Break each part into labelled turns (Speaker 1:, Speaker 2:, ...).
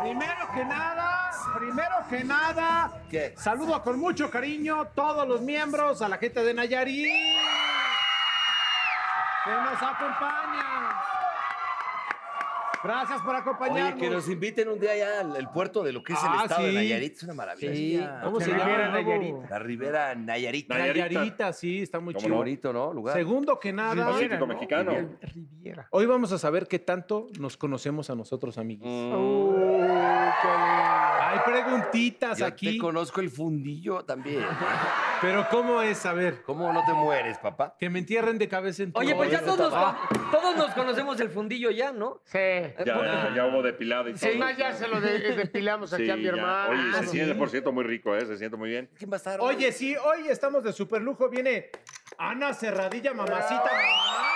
Speaker 1: Primero que nada, primero que nada,
Speaker 2: ¿Qué?
Speaker 1: saludo con mucho cariño todos los miembros, a la gente de Nayarit que nos acompaña. Gracias por acompañarnos.
Speaker 2: Oye, que nos inviten un día allá al, al puerto de lo que es el
Speaker 1: Ah,
Speaker 2: estado de
Speaker 1: sí.
Speaker 2: Nayarit. Es una maravilla.
Speaker 3: ¿Cómo se
Speaker 1: La
Speaker 3: llama?
Speaker 1: Ribera
Speaker 3: el nuevo?
Speaker 1: Nayarit.
Speaker 2: La Ribera Nayarit.
Speaker 4: Nayarita.
Speaker 3: Nayarita, sí, está muy
Speaker 2: Qué
Speaker 3: chido.
Speaker 2: bonito, ¿no? Lugar.
Speaker 1: Segundo que
Speaker 5: Ah,
Speaker 1: nada,
Speaker 4: Pacífico mexicano.
Speaker 3: Riviera. Hoy vamos a saber qué tanto nos conocemos a nosotros, amiguis.
Speaker 2: Mm.
Speaker 1: Oh,
Speaker 3: Hay preguntitas
Speaker 2: Yo
Speaker 3: aquí,
Speaker 2: te conozco el fundillo también.
Speaker 3: pero ¿cómo es saber?
Speaker 2: ¿Cómo no te mueres, papá?
Speaker 3: Que me entierren de cabeza en tu
Speaker 6: Oye, pues ya
Speaker 3: olla.
Speaker 6: todos nos, todos nos conocemos el fundillo ya, ¿no? Eh,
Speaker 5: Sí.
Speaker 4: Ya, ya, ya hubo depilado y todo.
Speaker 5: Es más, ya se lo de- eh, depilamos aquí
Speaker 4: Sí,
Speaker 5: a mi
Speaker 4: ya.
Speaker 5: hermano.
Speaker 4: Oye, se siente, por cierto, muy rico, ¿eh? Se siente muy bien.
Speaker 2: ¿Quién va a estar?
Speaker 1: Oye, sí, hoy estamos de super lujo. Viene Ana Cerradilla, mamacita. mamá.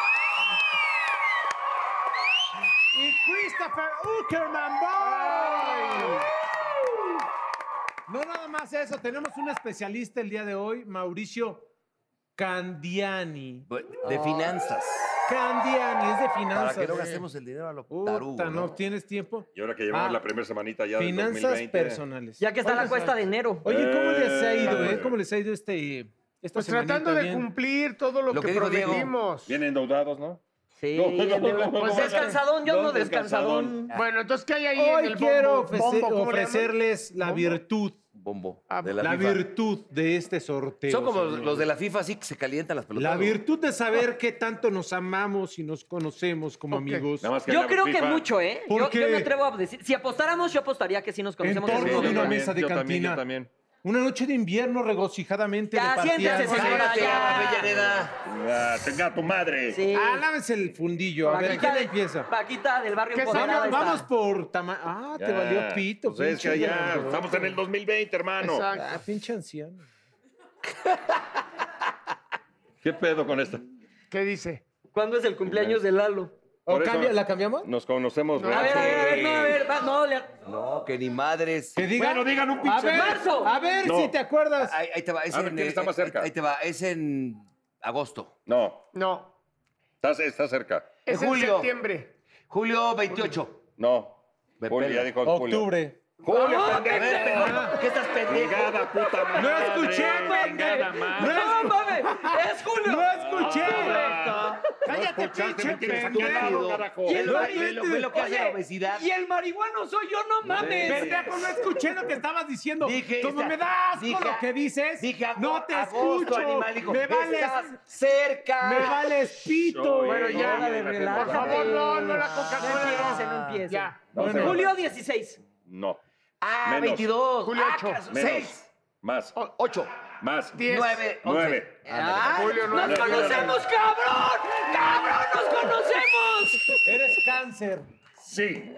Speaker 1: Y Christopher Uckerman Boy. No nada más eso, tenemos un especialista el día de hoy, Mauricio Candiani.
Speaker 2: De finanzas.
Speaker 1: Candiani, es de finanzas.
Speaker 2: Para que no gastemos el dinero a lo
Speaker 1: Puta,
Speaker 2: tarugo.
Speaker 1: no tienes tiempo.
Speaker 4: Y ahora que llevamos
Speaker 1: Ah,
Speaker 4: la primera semanita ya de del
Speaker 1: Finanzas
Speaker 4: 2020.
Speaker 1: personales.
Speaker 6: Ya que está
Speaker 1: Oye,
Speaker 6: la cuesta de enero.
Speaker 1: Oye, ¿cómo les ha ido,
Speaker 4: Eh.
Speaker 1: eh? ¿Cómo les ha ido este esta
Speaker 5: Pues tratando
Speaker 1: semanita
Speaker 5: de
Speaker 1: bien?
Speaker 5: cumplir todo lo,
Speaker 2: Lo
Speaker 5: que,
Speaker 2: que dijo Diego.
Speaker 5: prometimos.
Speaker 4: Bien endeudados, ¿no?
Speaker 6: Sí,
Speaker 4: No, no, no, no,
Speaker 6: pues
Speaker 4: no,
Speaker 6: descansadón, yo
Speaker 4: no,
Speaker 6: ando
Speaker 4: descansadón.
Speaker 6: descansadón.
Speaker 5: Bueno, entonces, ¿qué hay ahí en
Speaker 1: Hoy
Speaker 5: el bombo?
Speaker 1: quiero ofrecer-
Speaker 5: ¿Bombo, cómo le llaman?
Speaker 1: ofrecerles la virtud,
Speaker 2: Bombo.
Speaker 5: Ah,
Speaker 2: de
Speaker 1: la,
Speaker 2: la FIFA.
Speaker 1: virtud de este sorteo.
Speaker 2: Son como
Speaker 1: señor.
Speaker 2: los de la FIFA, sí, que se calientan las pelotas.
Speaker 1: La virtud de saber qué tanto nos amamos y nos conocemos como
Speaker 5: Ah. Ok.
Speaker 1: amigos.
Speaker 4: Nada más que
Speaker 6: Yo
Speaker 4: haya
Speaker 6: creo que
Speaker 4: FIFA.
Speaker 6: mucho, ¿eh?
Speaker 1: ¿Por
Speaker 6: Yo, yo
Speaker 1: qué?
Speaker 6: me atrevo a decir. Si apostáramos, yo apostaría que sí nos
Speaker 1: En
Speaker 6: conocemos.
Speaker 4: Sí,
Speaker 1: torno
Speaker 6: alguno
Speaker 1: de
Speaker 4: yo
Speaker 6: de
Speaker 1: una
Speaker 6: otro.
Speaker 4: también,
Speaker 1: mesa de
Speaker 4: yo también,
Speaker 1: cantina.
Speaker 4: yo también.
Speaker 1: Una noche de invierno regocijadamente
Speaker 6: Ya,
Speaker 1: de partidas.
Speaker 6: siéntese, señora,
Speaker 2: Cállate,
Speaker 6: ya.
Speaker 2: Avellaneda.
Speaker 4: Ah, tenga tu madre.
Speaker 6: Sí.
Speaker 1: Ah, lávense el fundillo. A ver,
Speaker 6: Paquita
Speaker 1: ¿quién
Speaker 6: de-
Speaker 1: empieza?
Speaker 6: Paquita del barrio
Speaker 5: ¿Qué
Speaker 6: empoderada
Speaker 1: Vamos,
Speaker 6: está.
Speaker 1: vamos por tama- Ah, te
Speaker 4: Ya.
Speaker 1: valió pito.
Speaker 4: Pues es que
Speaker 1: pinche
Speaker 4: ya
Speaker 1: gordo.
Speaker 4: estamos en el 2020, hermano.
Speaker 5: Exacto.
Speaker 1: Ah, pinche anciano.
Speaker 4: ¿Qué pedo con esta?
Speaker 5: ¿Qué dice?
Speaker 6: ¿Cuándo es el cumpleaños de Lalo?
Speaker 1: ¿O
Speaker 4: Por eso-
Speaker 1: cambia- ¿La cambiamos?
Speaker 4: Nos conocemos,
Speaker 6: A
Speaker 4: ¿verdad?
Speaker 6: ver, a ver, a ver, no, a ver, va, no, le-
Speaker 2: No, que ni madres.
Speaker 1: Que digan.
Speaker 4: Bueno, digan un
Speaker 1: a
Speaker 4: pinche
Speaker 1: ver,
Speaker 6: marzo.
Speaker 1: A ver
Speaker 4: No.
Speaker 1: si te acuerdas.
Speaker 2: Ahí, ahí te va. Es
Speaker 4: A ver,
Speaker 2: en,
Speaker 4: ¿quién
Speaker 2: eh,
Speaker 4: está más
Speaker 2: ahí-
Speaker 4: cerca?
Speaker 2: Ahí, te va. Es en agosto.
Speaker 4: No,
Speaker 5: No.
Speaker 4: estás, está cerca.
Speaker 5: Es en
Speaker 2: Julio.
Speaker 5: septiembre.
Speaker 2: Julio 28.
Speaker 4: No.
Speaker 2: Me
Speaker 4: Julio,
Speaker 2: pela.
Speaker 4: ya dijo Julio.
Speaker 1: Octubre.
Speaker 4: Julio,
Speaker 6: ¡No,
Speaker 4: pendejo.
Speaker 6: qué pendejo! ¿Qué estás pendejo?
Speaker 4: Chingada puta madre.
Speaker 1: No escuché,
Speaker 4: Chingada madre.
Speaker 6: ¡No, mames! ¡Es Julio!
Speaker 1: ¡No escuché!
Speaker 4: Ah,
Speaker 1: ¡Cállate,
Speaker 4: escuchaste,
Speaker 1: pinche
Speaker 4: me tienes aquí al
Speaker 1: pendejo!
Speaker 4: lado, carajo.
Speaker 6: Y el
Speaker 1: No
Speaker 6: marihuano-
Speaker 1: inventes.
Speaker 2: Ve lo que hace la
Speaker 6: Oye,
Speaker 2: obesidad.
Speaker 6: Y el marihuano soy yo, no mames.
Speaker 1: Pendejo, no escuché lo que estabas diciendo.
Speaker 2: Dije,
Speaker 1: Como
Speaker 2: esta-
Speaker 1: me das
Speaker 2: dije-
Speaker 1: lo que dices,
Speaker 2: Dije, ago-
Speaker 1: no te
Speaker 2: agosto,
Speaker 1: escucho.
Speaker 2: animal, dijo,
Speaker 1: me vales,
Speaker 2: Estás cerca.
Speaker 1: me vales pito.
Speaker 4: Oye,
Speaker 5: Bueno, ya,
Speaker 4: no,
Speaker 6: de
Speaker 4: no,
Speaker 6: relajo.
Speaker 5: Por favor, no, no la
Speaker 6: No empiece, no
Speaker 5: coca
Speaker 6: empiece.
Speaker 5: Ya.
Speaker 4: No,
Speaker 1: Bueno.
Speaker 4: Julio.
Speaker 6: Julio 16.
Speaker 4: No.
Speaker 2: Ah,
Speaker 4: Menos.
Speaker 2: 22.
Speaker 5: Julio
Speaker 2: Ah,
Speaker 5: ocho.
Speaker 2: caso-
Speaker 4: Menos.
Speaker 2: seis, Oh,
Speaker 4: Más.
Speaker 2: 8.
Speaker 4: Más.
Speaker 5: Diez.
Speaker 2: 9.
Speaker 4: Nueve.
Speaker 2: Ah,
Speaker 5: Julio, no.
Speaker 6: ¡Nos conocemos, cabrón! ¡Cabrón, nos conocemos!
Speaker 1: Eres cáncer.
Speaker 4: Sí.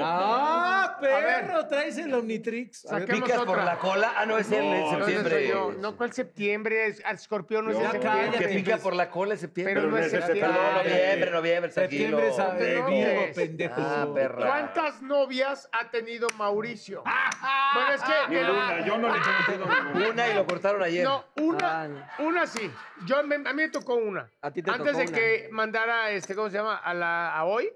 Speaker 1: ¡Ah, perro! Traes el Omnitrix. A ver,
Speaker 5: Saquemos
Speaker 2: picas por
Speaker 5: pues, otra.
Speaker 2: la cola. Ah, no, es en,
Speaker 4: No,
Speaker 2: en
Speaker 4: no,
Speaker 5: No, ese
Speaker 2: septiembre.
Speaker 5: soy yo. No, ¿cuál septiembre? Es- al escorpión no es
Speaker 4: No,
Speaker 5: en
Speaker 4: ya
Speaker 5: septiembre.
Speaker 2: que
Speaker 1: cállate.
Speaker 2: pica por la cola es septiembre.
Speaker 5: Pero no es
Speaker 4: Pero en ese
Speaker 5: septiembre.
Speaker 4: perdón,
Speaker 2: Ah,
Speaker 4: Ay,
Speaker 2: noviembre, noviembre, tranquilo.
Speaker 1: septiembre sabe
Speaker 5: no,
Speaker 1: viejo,
Speaker 5: no.
Speaker 1: pendejo.
Speaker 2: Ah, perra.
Speaker 5: ¿Cuántas novias ha tenido Mauricio? Bueno, es que.
Speaker 4: Ni una, ah. yo no le he conocido ninguna.
Speaker 2: Una y lo cortaron ayer.
Speaker 5: No, una, una sí. Yo me- a mí me tocó una.
Speaker 6: A ti te
Speaker 5: Antes
Speaker 6: tocó
Speaker 5: de
Speaker 6: una.
Speaker 5: que mandara, este, ¿cómo se llama? A la a hoy,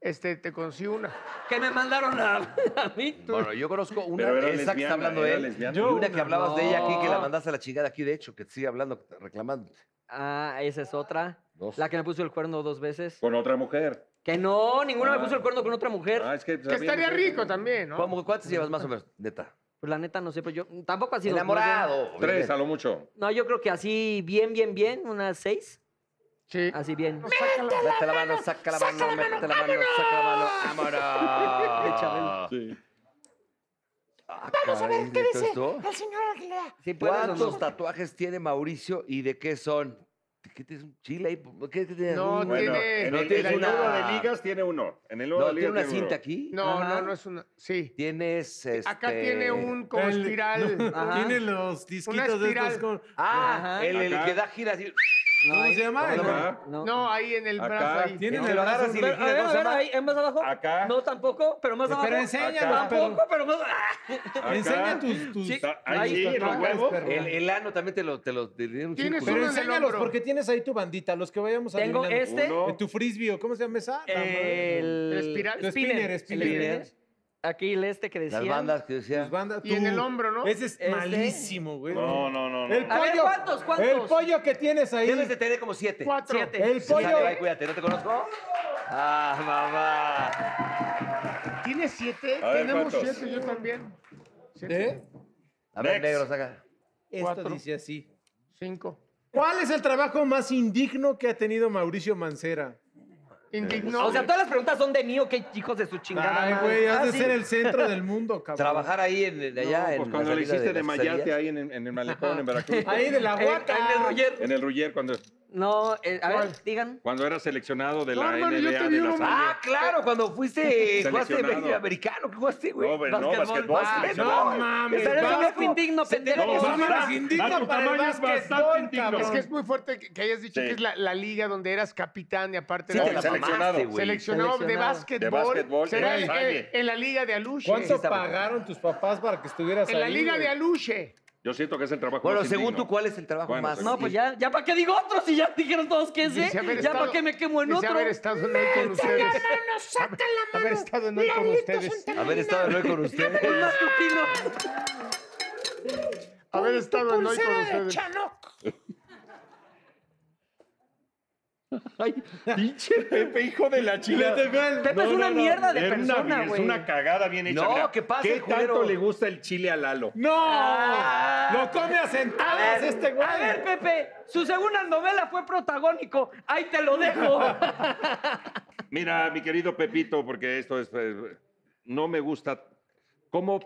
Speaker 5: este, te conocí una.
Speaker 6: Que me mandaron a, a mí.
Speaker 2: Bueno, yo conozco una
Speaker 4: Pero era
Speaker 2: esa que
Speaker 4: lesbiana,
Speaker 2: está hablando
Speaker 4: era
Speaker 2: él.
Speaker 4: lesbiana.
Speaker 2: Y una
Speaker 1: Yo
Speaker 2: que hablabas de ella aquí, que la
Speaker 6: no.
Speaker 2: mandaste a la chingada aquí, de hecho, que te sigue hablando, reclamando.
Speaker 6: Ah, esa es otra.
Speaker 2: Dos.
Speaker 6: La que me puso el cuerno dos veces.
Speaker 4: Con otra mujer.
Speaker 6: Que no, ninguna
Speaker 4: Ah.
Speaker 6: me puso el cuerno con otra mujer.
Speaker 4: Ah, es que,
Speaker 5: Que estaría rico también, ¿no?
Speaker 2: ¿Cómo- ¿Cuántas llevas más o menos? Neta.
Speaker 6: Pues la neta, no sé, pero yo tampoco así. no- no sé.
Speaker 2: Enamorado.
Speaker 4: Tres a
Speaker 2: obviamente.
Speaker 4: lo mucho.
Speaker 6: No, yo creo que así, bien, bien, bien, unas seis.
Speaker 5: Sí.
Speaker 6: Así bien.
Speaker 5: Sácalo.
Speaker 2: Mete la mano, saca la mano, mete la mano, saca la mano. ¡Vámonos!
Speaker 6: Échale.
Speaker 4: Sí.
Speaker 2: Vamos a ver, ¿qué dice?
Speaker 6: Sí, puedes o no?
Speaker 2: ¿Cuántos tatuajes tiene Mauricio y de qué son? ¿Qué tienes? ¿Un chile ahí? ¿Qué, qué tienes?
Speaker 5: No,
Speaker 2: Un-
Speaker 5: tiene-
Speaker 4: Bueno, en
Speaker 2: no
Speaker 4: el, en
Speaker 2: tiene
Speaker 4: el
Speaker 2: una-
Speaker 4: nudo de ligas tiene uno. En el nudo
Speaker 2: No,
Speaker 4: de
Speaker 2: tiene
Speaker 4: ligas
Speaker 2: una
Speaker 4: tiene uno.
Speaker 2: cinta aquí.
Speaker 5: No,
Speaker 6: Ajá.
Speaker 5: no, no es una. Sí.
Speaker 2: Tienes. Este...
Speaker 5: Acá tiene un como
Speaker 1: El-
Speaker 5: espiral.
Speaker 1: no, ah,
Speaker 6: Ajá.
Speaker 1: tiene los disquitos de
Speaker 5: espiral.
Speaker 1: estos. con-
Speaker 2: Ah,
Speaker 6: Ajá.
Speaker 2: el, el
Speaker 4: Acá.
Speaker 2: que da giras. y-
Speaker 6: No,
Speaker 1: ¿Cómo
Speaker 6: ahí-
Speaker 1: se llama?
Speaker 4: ¿Cómo
Speaker 1: El-
Speaker 4: se llama?
Speaker 6: No.
Speaker 5: No, ahí en el
Speaker 4: Acá
Speaker 5: brazo. Ahí.
Speaker 1: Tiene
Speaker 2: Que
Speaker 1: el
Speaker 2: Ah. lo agarras
Speaker 1: brazo-
Speaker 2: y
Speaker 6: A ver,
Speaker 2: le
Speaker 6: a ver,
Speaker 2: giras, ¿cómo
Speaker 6: a
Speaker 2: se
Speaker 6: ver,
Speaker 2: llama?
Speaker 6: ahí, ahí más abajo.
Speaker 4: Acá.
Speaker 6: No, tampoco, pero más abajo.
Speaker 1: Pero enséñalo,
Speaker 4: Acá.
Speaker 1: perro.
Speaker 6: Tampoco, pero más
Speaker 4: Acá.
Speaker 1: Enseña tus, tus-
Speaker 6: Sí,
Speaker 1: Ah,
Speaker 4: Está
Speaker 1: tus
Speaker 4: ahí, en los
Speaker 1: tatuajes,
Speaker 4: huevos.
Speaker 1: perro.
Speaker 2: El, el ano también te lo. Te lo te tiene un
Speaker 5: Tienes
Speaker 2: círculo.
Speaker 1: Pero
Speaker 5: uno en el
Speaker 1: enséñalos
Speaker 5: hombro.
Speaker 1: porque tienes ahí tu bandita, los que vayamos a
Speaker 6: Tengo este,
Speaker 4: Uno.
Speaker 1: Tu frisbee, o ¿cómo se llama esa?
Speaker 6: el...
Speaker 5: ¿El espiral?
Speaker 1: Tu spinner,
Speaker 6: spinner,
Speaker 1: spinner.
Speaker 6: el spinner. Aquí el este que decía.
Speaker 2: Las bandas que decían.
Speaker 1: Las
Speaker 6: Pues
Speaker 1: bandas,
Speaker 5: Y en
Speaker 1: tú.
Speaker 5: el hombro, ¿no?
Speaker 1: Ese es
Speaker 6: Este.
Speaker 1: malísimo, güey.
Speaker 4: No, no, no. no.
Speaker 1: El
Speaker 2: Ah,
Speaker 6: A ver,
Speaker 1: pollo.
Speaker 6: ¿cuántos, cuántos?
Speaker 1: El pollo que tienes ahí.
Speaker 2: Debes de tener como siete.
Speaker 5: Cuatro.
Speaker 6: Siete.
Speaker 1: El
Speaker 2: Sí,
Speaker 1: pollo.
Speaker 2: dale, bye, cuídate, ¿no te conozco? Ah, mamá.
Speaker 5: ¿Tiene siete?
Speaker 4: A ver,
Speaker 5: Tenemos
Speaker 4: ¿cuántos?
Speaker 5: siete, yo también. Siete.
Speaker 1: ¿Eh?
Speaker 2: A ver,
Speaker 4: Next.
Speaker 2: negro, saca.
Speaker 1: Esto
Speaker 5: Cuatro.
Speaker 1: dice así.
Speaker 5: Cinco.
Speaker 1: ¿Cuál es el trabajo más indigno que ha tenido Mauricio Mancera?
Speaker 5: Indignó.
Speaker 6: O sea, todas las preguntas son de mí o qué hijos de su chingada.
Speaker 1: Ay,
Speaker 6: madre.
Speaker 1: güey, has
Speaker 6: Ah,
Speaker 1: de
Speaker 6: sí.
Speaker 1: ser el centro del mundo, cabrón.
Speaker 2: Trabajar ahí en, en- allá
Speaker 4: No,
Speaker 2: en
Speaker 4: pues
Speaker 2: la
Speaker 4: cuando le
Speaker 2: salida
Speaker 4: hiciste de,
Speaker 2: la
Speaker 4: Mayate
Speaker 2: pizzería.
Speaker 4: ahí en, en el malecón, en Veracruz.
Speaker 1: Ahí de la
Speaker 6: En,
Speaker 1: guata.
Speaker 6: en el Roger.
Speaker 4: En el Ruyer, cuando,
Speaker 6: No, eh, a ver, digan.
Speaker 4: cuando era seleccionado de
Speaker 5: No,
Speaker 4: la
Speaker 5: hermano, yo
Speaker 4: NBA,
Speaker 5: te
Speaker 4: de
Speaker 5: di
Speaker 4: la
Speaker 5: uno
Speaker 4: selección.
Speaker 2: Ah, claro, cuando fuiste, jugaste
Speaker 4: Seleccionado.
Speaker 2: medio americano, ¿qué jugaste, güey?
Speaker 4: No, güey, no, basquetbol,
Speaker 2: Ah,
Speaker 4: seleccionado.
Speaker 1: No mames,
Speaker 6: Pero eso no
Speaker 1: Vasco.
Speaker 6: es indigno, pendejo.
Speaker 1: No,
Speaker 4: vas-
Speaker 1: mames,
Speaker 4: vas-
Speaker 1: indigno
Speaker 4: vas- tu
Speaker 1: para el
Speaker 4: tamaño es
Speaker 1: básquetbol,
Speaker 4: bastante indigno.
Speaker 1: cabrón.
Speaker 5: Es que es muy fuerte que, que hayas dicho
Speaker 4: Sí.
Speaker 5: que es la, la liga donde eras capitán y aparte
Speaker 2: Sí,
Speaker 4: No,
Speaker 5: eras
Speaker 2: te la
Speaker 4: seleccionado.
Speaker 2: mamaste, güey.
Speaker 5: seleccionado, de
Speaker 6: Seleccionado.
Speaker 5: básquetbol.
Speaker 4: De básquetbol,
Speaker 5: Será
Speaker 4: en
Speaker 5: en,
Speaker 4: Valle.
Speaker 5: en la liga de Aluche.
Speaker 1: ¿Cuánto
Speaker 2: está-
Speaker 1: pagaron tus papás para que estuvieras
Speaker 5: En la
Speaker 1: ahí,
Speaker 5: liga
Speaker 1: güey?
Speaker 5: de Aluche.
Speaker 4: Yo siento que es el trabajo
Speaker 2: Bueno,
Speaker 4: más
Speaker 2: según
Speaker 4: indigno.
Speaker 2: tú, ¿cuál es el trabajo
Speaker 4: Bueno,
Speaker 2: más?
Speaker 6: No, pues ya, ya para qué digo otro si ya dijeron todos que ese.
Speaker 5: Dice haber
Speaker 6: Ya
Speaker 5: estado-
Speaker 6: para qué me quemo en
Speaker 5: dice
Speaker 6: otro.
Speaker 5: haber estado en hoy con ustedes. Haber estado en hoy con ustedes.
Speaker 2: Haber estado de hoy con ustedes.
Speaker 6: Un matutino.
Speaker 5: Haber estado en hoy con ustedes.
Speaker 4: Pepe, hijo de la chila.
Speaker 6: Pepe es una mierda de persona,
Speaker 4: Es
Speaker 6: güey.
Speaker 4: una cagada bien hecha.
Speaker 2: No,
Speaker 4: mira.
Speaker 2: que pase
Speaker 4: ¿Qué
Speaker 2: el culero.
Speaker 4: tanto le gusta el chile a Lalo?
Speaker 1: ¡No!
Speaker 6: Ah.
Speaker 1: ¡Lo come a
Speaker 6: A
Speaker 1: sentadas
Speaker 6: ver,
Speaker 1: este güey!
Speaker 6: a ver, Pepe, su segunda novela fue protagónico. Ahí te lo dejo.
Speaker 4: Mira, mi querido Pepito, porque esto es... eh, No me gusta... Como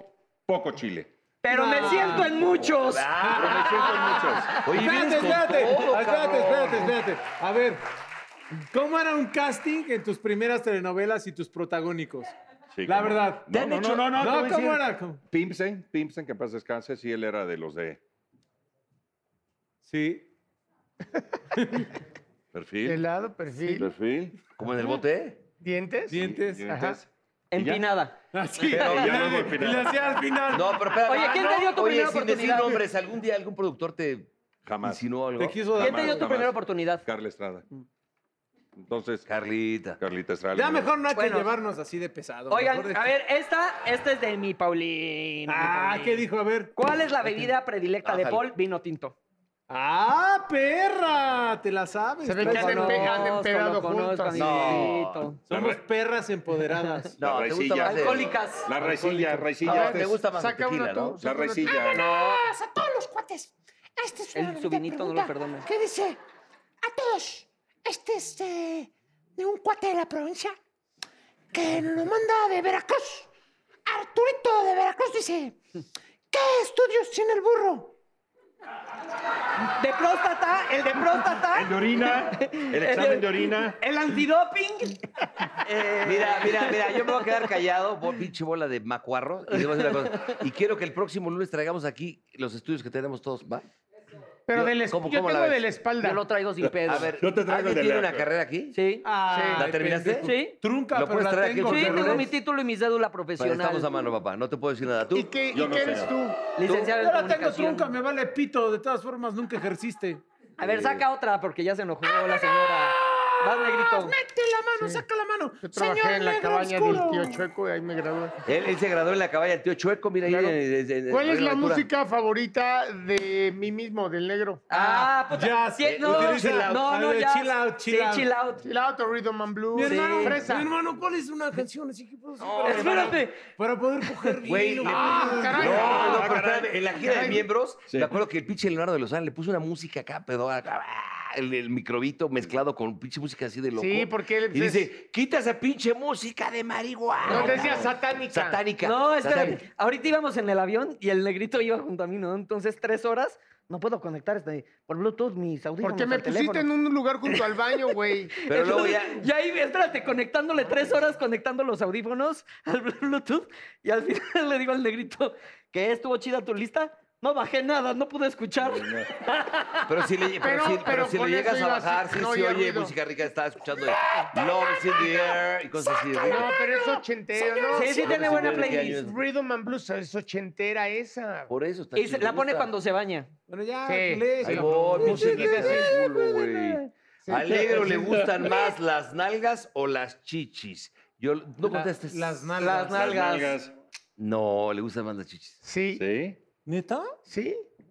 Speaker 4: poco chile.
Speaker 6: Pero me siento en muchos.
Speaker 4: Pero me siento en muchos.
Speaker 2: Oye, vienes
Speaker 1: Espérate,
Speaker 2: con
Speaker 1: espérate,
Speaker 2: todo,
Speaker 1: espérate,
Speaker 2: cabrón.
Speaker 1: espérate, espérate. A ver, ¿cómo era un casting en tus primeras telenovelas y tus protagónicos?
Speaker 4: Sí,
Speaker 1: La
Speaker 4: cómo no.
Speaker 1: verdad.
Speaker 4: No, no, no, no, no. te voy a
Speaker 1: ¿cómo
Speaker 4: decir.
Speaker 1: era? ¿Cómo?
Speaker 4: Pimpsen, Pimpsen, que en paz descanse, sí, él era de los de
Speaker 1: Sí.
Speaker 4: perfil.
Speaker 5: Pelado, perfil,
Speaker 4: Perfil.
Speaker 2: ¿Como en el bote?
Speaker 5: dientes.
Speaker 1: Dientes.
Speaker 5: Ajá.
Speaker 4: Dientes.
Speaker 6: Empinada.
Speaker 1: Así.
Speaker 2: Pero
Speaker 1: y
Speaker 2: ya
Speaker 4: luego
Speaker 1: le-
Speaker 4: al final.
Speaker 1: y le hacía al final.
Speaker 2: No, pero espérate.
Speaker 6: Oye,
Speaker 2: Ah,
Speaker 6: ¿quién
Speaker 2: no.
Speaker 6: te dio tu
Speaker 2: Oye,
Speaker 6: primera
Speaker 2: sin decir
Speaker 6: oportunidad?
Speaker 2: nombres, ¿algún día algún productor te
Speaker 4: Jamás.
Speaker 2: insinuó algo?
Speaker 1: Te quiso dar.
Speaker 6: ¿Quién te dio tu
Speaker 4: Jamás.
Speaker 6: primera oportunidad?
Speaker 4: Carla Estrada. Entonces,
Speaker 2: Carlita.
Speaker 4: Carlita Estrada.
Speaker 1: Ya mejor no hay
Speaker 6: Bueno.
Speaker 1: que llevarnos así de pesado. mejor
Speaker 6: Oigan,
Speaker 1: de-
Speaker 6: a ver, esta, esta es de mi Paulín. mi
Speaker 1: Ah,
Speaker 6: Paulín.
Speaker 1: ¿qué dijo? A ver.
Speaker 6: ¿Cuál es la bebida predilecta de
Speaker 2: Ájale.
Speaker 6: Paul? Vino tinto.
Speaker 1: ¡Ah, perra! Te la sabes.
Speaker 5: Se ve que
Speaker 1: traes
Speaker 5: han
Speaker 1: valor.
Speaker 5: empe- han
Speaker 6: Conozco,
Speaker 5: empedado
Speaker 6: lo conozco,
Speaker 5: juntas.
Speaker 6: amiguito.
Speaker 1: Somos perras empoderadas.
Speaker 2: No,
Speaker 4: La
Speaker 2: te gusta
Speaker 4: raicilla.
Speaker 2: más el-
Speaker 6: Alcohólicas.
Speaker 4: La raicilla,
Speaker 2: No,
Speaker 4: raicilla.
Speaker 2: te gusta más el
Speaker 5: Saca
Speaker 2: tequila,
Speaker 5: una tú.
Speaker 2: ¿no?
Speaker 4: La
Speaker 5: saca una tú.
Speaker 4: raicilla.
Speaker 7: Buenas a todos los cuates. Este es una
Speaker 6: El
Speaker 7: bonita
Speaker 6: subinito no lo
Speaker 7: pregunta
Speaker 6: perdona.
Speaker 7: ¿Qué dice? A todos. Este es eh, de un cuate de la provincia que nos lo manda de Veracruz. Arturito de Veracruz dice, ¿qué estudios tiene el burro?
Speaker 6: De próstata, el de próstata.
Speaker 4: El de orina, el examen de orina.
Speaker 6: El antidoping. Eh,
Speaker 2: Mira, mira, mira, yo me voy a quedar callado, bo- pinche bola de macuarro. Y, le voy a decir una cosa. Y quiero que el próximo lunes traigamos aquí los estudios que tenemos todos. ¿va?
Speaker 5: Pero
Speaker 2: Yo-
Speaker 5: del es-
Speaker 2: ¿cómo-
Speaker 5: yo
Speaker 2: cómo la
Speaker 5: tengo
Speaker 2: ves?
Speaker 5: de la espalda.
Speaker 6: Yo lo traigo sin pedo.
Speaker 2: A ver,
Speaker 4: Yo te traigo
Speaker 2: ¿alguien
Speaker 4: de
Speaker 2: tiene
Speaker 4: la-
Speaker 2: una carrera aquí?
Speaker 6: Sí.
Speaker 5: Ah,
Speaker 1: Ay,
Speaker 2: ¿La terminaste?
Speaker 1: pendejo.
Speaker 6: Sí.
Speaker 1: Trunca,
Speaker 2: ¿Lo
Speaker 1: pero
Speaker 2: puedes
Speaker 1: la
Speaker 2: traer aquí
Speaker 1: tengo.
Speaker 2: con
Speaker 6: Sí,
Speaker 1: pero-
Speaker 6: tengo
Speaker 2: Fernández?
Speaker 6: mi título y mi cédula profesional.
Speaker 2: Estamos a mano, papá. No te puedo decir nada. ¿Tú?
Speaker 5: ¿Y qué,
Speaker 4: Yo
Speaker 5: y
Speaker 4: no
Speaker 5: qué
Speaker 4: sé.
Speaker 5: eres tú?
Speaker 6: Licenciado
Speaker 1: Yo
Speaker 6: en
Speaker 1: la tengo
Speaker 6: comunicación.
Speaker 1: trunca, me vale pito. De todas formas, nunca ejerciste.
Speaker 6: A ver, saca otra porque ya se enojó la señora. Vas,
Speaker 1: ¡Ah,
Speaker 6: negrito.
Speaker 1: mete la mano, saca la mano.
Speaker 5: Yo trabajé
Speaker 1: Señor
Speaker 5: en la
Speaker 1: negro
Speaker 5: cabaña
Speaker 1: oscuro.
Speaker 5: del tío Chueco y ahí me gradué.
Speaker 2: Él, él se graduó en la cabaña del tío Chueco, mira ahí.
Speaker 5: Claro.
Speaker 2: eh, eh, eh,
Speaker 5: ¿Cuál es
Speaker 2: Radio
Speaker 5: la
Speaker 2: Locura.
Speaker 5: música favorita de mí mismo, del negro?
Speaker 6: Ah, puta.
Speaker 1: ya,
Speaker 6: Sí,
Speaker 1: eh,
Speaker 6: no,
Speaker 1: utiliza la-
Speaker 6: no,
Speaker 1: a
Speaker 6: no,
Speaker 1: ver,
Speaker 6: ya.
Speaker 1: chill out, chill
Speaker 6: Sí,
Speaker 1: out.
Speaker 6: chill out.
Speaker 5: Sí, La otra Rhythm and Blues.
Speaker 1: Mi hermano,
Speaker 5: Fresa.
Speaker 1: mi hermano, ¿cuál es una canción así que puedo hacer para-
Speaker 6: Espérate.
Speaker 1: Para poder coger bien.
Speaker 2: Güey,
Speaker 1: güey?
Speaker 2: le-
Speaker 1: Ah,
Speaker 2: No,
Speaker 5: caray.
Speaker 2: no, no,
Speaker 5: Ah,
Speaker 2: pero espérame, en la gira de
Speaker 5: caray.
Speaker 2: miembros,
Speaker 4: Sí.
Speaker 2: me acuerdo que el pinche Leonardo de Lozano le puso una música acá, pero acá, ah, el, el microbito mezclado con pinche música así de loco.
Speaker 5: Sí, porque él
Speaker 2: Y
Speaker 5: es-
Speaker 2: dice, quita esa pinche música de marihuana.
Speaker 5: No, decía satánica.
Speaker 2: Satánica.
Speaker 6: No, espérate.
Speaker 2: satánica.
Speaker 6: Ahorita íbamos en el avión y el negrito iba junto a mí, ¿no? Entonces, tres horas, no puedo conectar este, por Bluetooth mis audífonos
Speaker 5: ¿Por qué me
Speaker 6: al
Speaker 5: pusiste
Speaker 6: teléfono.
Speaker 5: en un lugar junto al baño, güey?
Speaker 2: Pero luego ya...
Speaker 6: Entonces, Y ahí, espérate, conectándole tres horas, conectando los audífonos al Bluetooth. Y al final le digo al negrito que estuvo chida tu lista. No bajé nada, no pude escuchar.
Speaker 2: Pero si le, pero,
Speaker 5: Pero-
Speaker 2: si, pero
Speaker 5: pero
Speaker 2: si le
Speaker 5: con
Speaker 2: llegas
Speaker 5: eso
Speaker 2: a
Speaker 5: iba así,
Speaker 2: bajar, sí,
Speaker 5: no
Speaker 2: sí,
Speaker 5: oía
Speaker 2: oye,
Speaker 5: ruido.
Speaker 2: música rica, estaba escuchando el Love is in the air y cosas así.
Speaker 5: No,
Speaker 2: rico.
Speaker 5: pero es ochentero, ¿no?
Speaker 6: Sí, sí
Speaker 2: pero
Speaker 6: tiene
Speaker 2: si
Speaker 6: buena
Speaker 2: veo que hay
Speaker 6: playlist.
Speaker 2: un-
Speaker 5: Rhythm and Blues, es ochentera esa.
Speaker 2: Por eso está
Speaker 6: Y se-
Speaker 2: chido,
Speaker 6: la
Speaker 2: me
Speaker 6: pone
Speaker 2: gusta.
Speaker 6: cuando se baña.
Speaker 1: Bueno, ya,
Speaker 5: Sí.
Speaker 1: culé.
Speaker 2: Ahí voy, musiquita sin culo, güey.
Speaker 5: Sí.
Speaker 2: Al negro le gustan más las nalgas o las chichis. Yo no
Speaker 3: La-
Speaker 2: contestes.
Speaker 3: las nalgas.
Speaker 6: Las
Speaker 4: Las
Speaker 6: nalgas.
Speaker 4: nalgas.
Speaker 2: No, le gustan más las chichis.
Speaker 5: Sí, sí.
Speaker 4: ¿Sí?
Speaker 3: ¿Neta?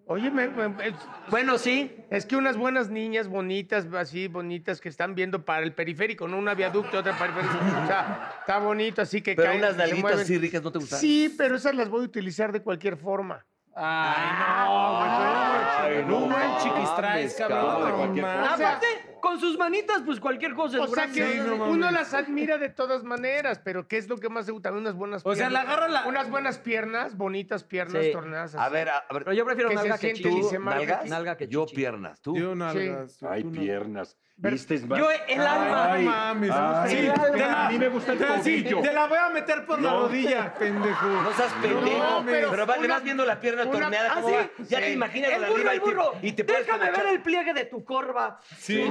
Speaker 5: Oye, me- me- es,
Speaker 6: Bueno, sí.
Speaker 5: es que unas buenas niñas bonitas, así bonitas, que están viendo para el periférico, no una viaducto, otra para el periférico. O sea, está bonito, así que
Speaker 2: Pero
Speaker 5: caen,
Speaker 2: unas
Speaker 5: se
Speaker 2: nalguitas
Speaker 5: mueven.
Speaker 2: así ricas no te gustan.
Speaker 5: Sí, pero esas las voy a utilizar de cualquier forma.
Speaker 4: Ay,
Speaker 3: No manches, chiquis
Speaker 2: mames,
Speaker 3: traes,
Speaker 2: cabrón, de
Speaker 3: cabrón.
Speaker 4: cualquier
Speaker 3: No
Speaker 4: cosa.
Speaker 5: O sea-
Speaker 6: Aparte, con sus manitas, pues cualquier cosa.
Speaker 5: O sea
Speaker 6: seguramente.
Speaker 5: que
Speaker 3: Sí, no mames.
Speaker 5: uno las admira de todas maneras, pero ¿qué es lo que más te gusta? Unas buenas
Speaker 3: O sea, la agarra la-
Speaker 5: Unas buenas piernas, bonitas piernas,
Speaker 6: Sí.
Speaker 5: tornadas así.
Speaker 2: A ver, a, a ver.
Speaker 6: Pero yo prefiero
Speaker 5: Que se
Speaker 6: nalga que
Speaker 5: sienten y
Speaker 6: chichis.
Speaker 5: se marquen.
Speaker 2: ¿Nalgas?
Speaker 6: Nalga que
Speaker 2: Yo
Speaker 6: chichi.
Speaker 2: piernas. ¿Tú.
Speaker 1: Yo nalgas.
Speaker 4: Ay,
Speaker 1: tú no.
Speaker 4: piernas.
Speaker 5: Pero-
Speaker 4: Este es más-
Speaker 6: Yo, el alma.
Speaker 1: Ay, mames.
Speaker 4: ay,
Speaker 1: Sí,
Speaker 6: ay,
Speaker 1: te la-
Speaker 4: a mí me gusta el
Speaker 1: te- sí,
Speaker 4: tobillo.
Speaker 1: te la voy a meter por la
Speaker 4: No.
Speaker 1: rodilla, pendejo.
Speaker 2: No seas pendejo.
Speaker 1: No,
Speaker 2: pero
Speaker 5: pero
Speaker 2: va- le
Speaker 5: una-
Speaker 2: vas viendo la pierna
Speaker 5: una-
Speaker 2: torneada
Speaker 5: ah,
Speaker 2: cómo
Speaker 5: sí,
Speaker 2: va. Ya te
Speaker 5: sí.
Speaker 2: imaginas
Speaker 6: El
Speaker 2: la
Speaker 6: burro,
Speaker 2: arriba
Speaker 6: el
Speaker 2: y te-
Speaker 6: burro.
Speaker 2: Y te puedes
Speaker 6: Déjame ver
Speaker 2: agachar.
Speaker 6: el pliegue de tu corva.
Speaker 1: Sí. Ay,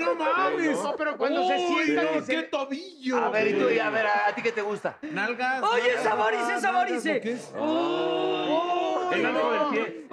Speaker 1: no mames.
Speaker 5: No, pero cuando se
Speaker 1: Uy,
Speaker 5: sientan
Speaker 1: no,
Speaker 5: y se-
Speaker 1: qué tobillo.
Speaker 2: A ver, y tú, y a ver, a, a ti qué te gusta.
Speaker 1: Nalgas.
Speaker 6: Oye,
Speaker 1: nalgas,
Speaker 6: saborice,
Speaker 1: nalgas,
Speaker 6: saborice.
Speaker 1: ¿qué es?
Speaker 4: El arco del pie.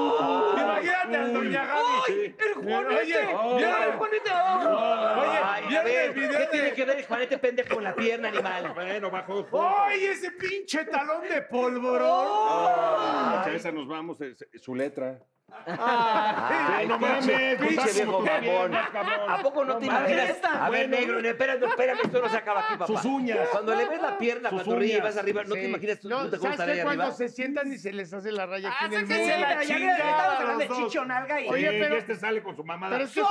Speaker 1: Imagínate a Doña Gaby.
Speaker 4: Sí.
Speaker 6: ¡El
Speaker 1: Oye,
Speaker 6: Juanete!
Speaker 1: mira.
Speaker 6: ¡El Juanete! ¡Oh!
Speaker 1: Oye,
Speaker 2: a
Speaker 1: ¿vieron el
Speaker 2: ver,
Speaker 1: video
Speaker 2: ¿qué tiene
Speaker 1: de...
Speaker 2: que ver el juanete pendejo con la pierna, animal?
Speaker 4: Bueno, bajo.
Speaker 1: ¡Ay, ese pinche talón de polvorón!
Speaker 4: Hacia esa nos vamos, es- es su letra.
Speaker 2: Ay,
Speaker 4: no
Speaker 2: pinche-
Speaker 4: mames,
Speaker 2: pinche
Speaker 4: pues,
Speaker 2: viejo
Speaker 4: vas como
Speaker 2: babón.
Speaker 4: tú vienes,
Speaker 2: ¿A poco no te
Speaker 6: mames.
Speaker 2: imaginas?
Speaker 6: Esta.
Speaker 2: A ver, negro, espérame, espérame, esto no se acaba aquí, papá.
Speaker 4: Sus uñas.
Speaker 2: Cuando le ves la pierna a
Speaker 4: Sus
Speaker 2: Paturrilla y
Speaker 4: uñas.
Speaker 2: vas arriba, ¿no te
Speaker 5: Sí.
Speaker 2: imaginas tú,
Speaker 5: No,
Speaker 2: puta, cómo
Speaker 5: ¿sabes
Speaker 2: estaría
Speaker 5: qué?
Speaker 2: arriba?
Speaker 5: Cuando se sientan y se les hace la raya
Speaker 3: Ah,
Speaker 5: aquí en el medio.
Speaker 1: la
Speaker 6: Ya
Speaker 1: chingada,
Speaker 6: le estaba sacando
Speaker 1: los
Speaker 6: de
Speaker 1: dos.
Speaker 6: chicho nalga y...
Speaker 4: Oye,
Speaker 5: Oye,
Speaker 4: pero
Speaker 5: pero-
Speaker 4: este sale con su mamada.
Speaker 5: Pero es que,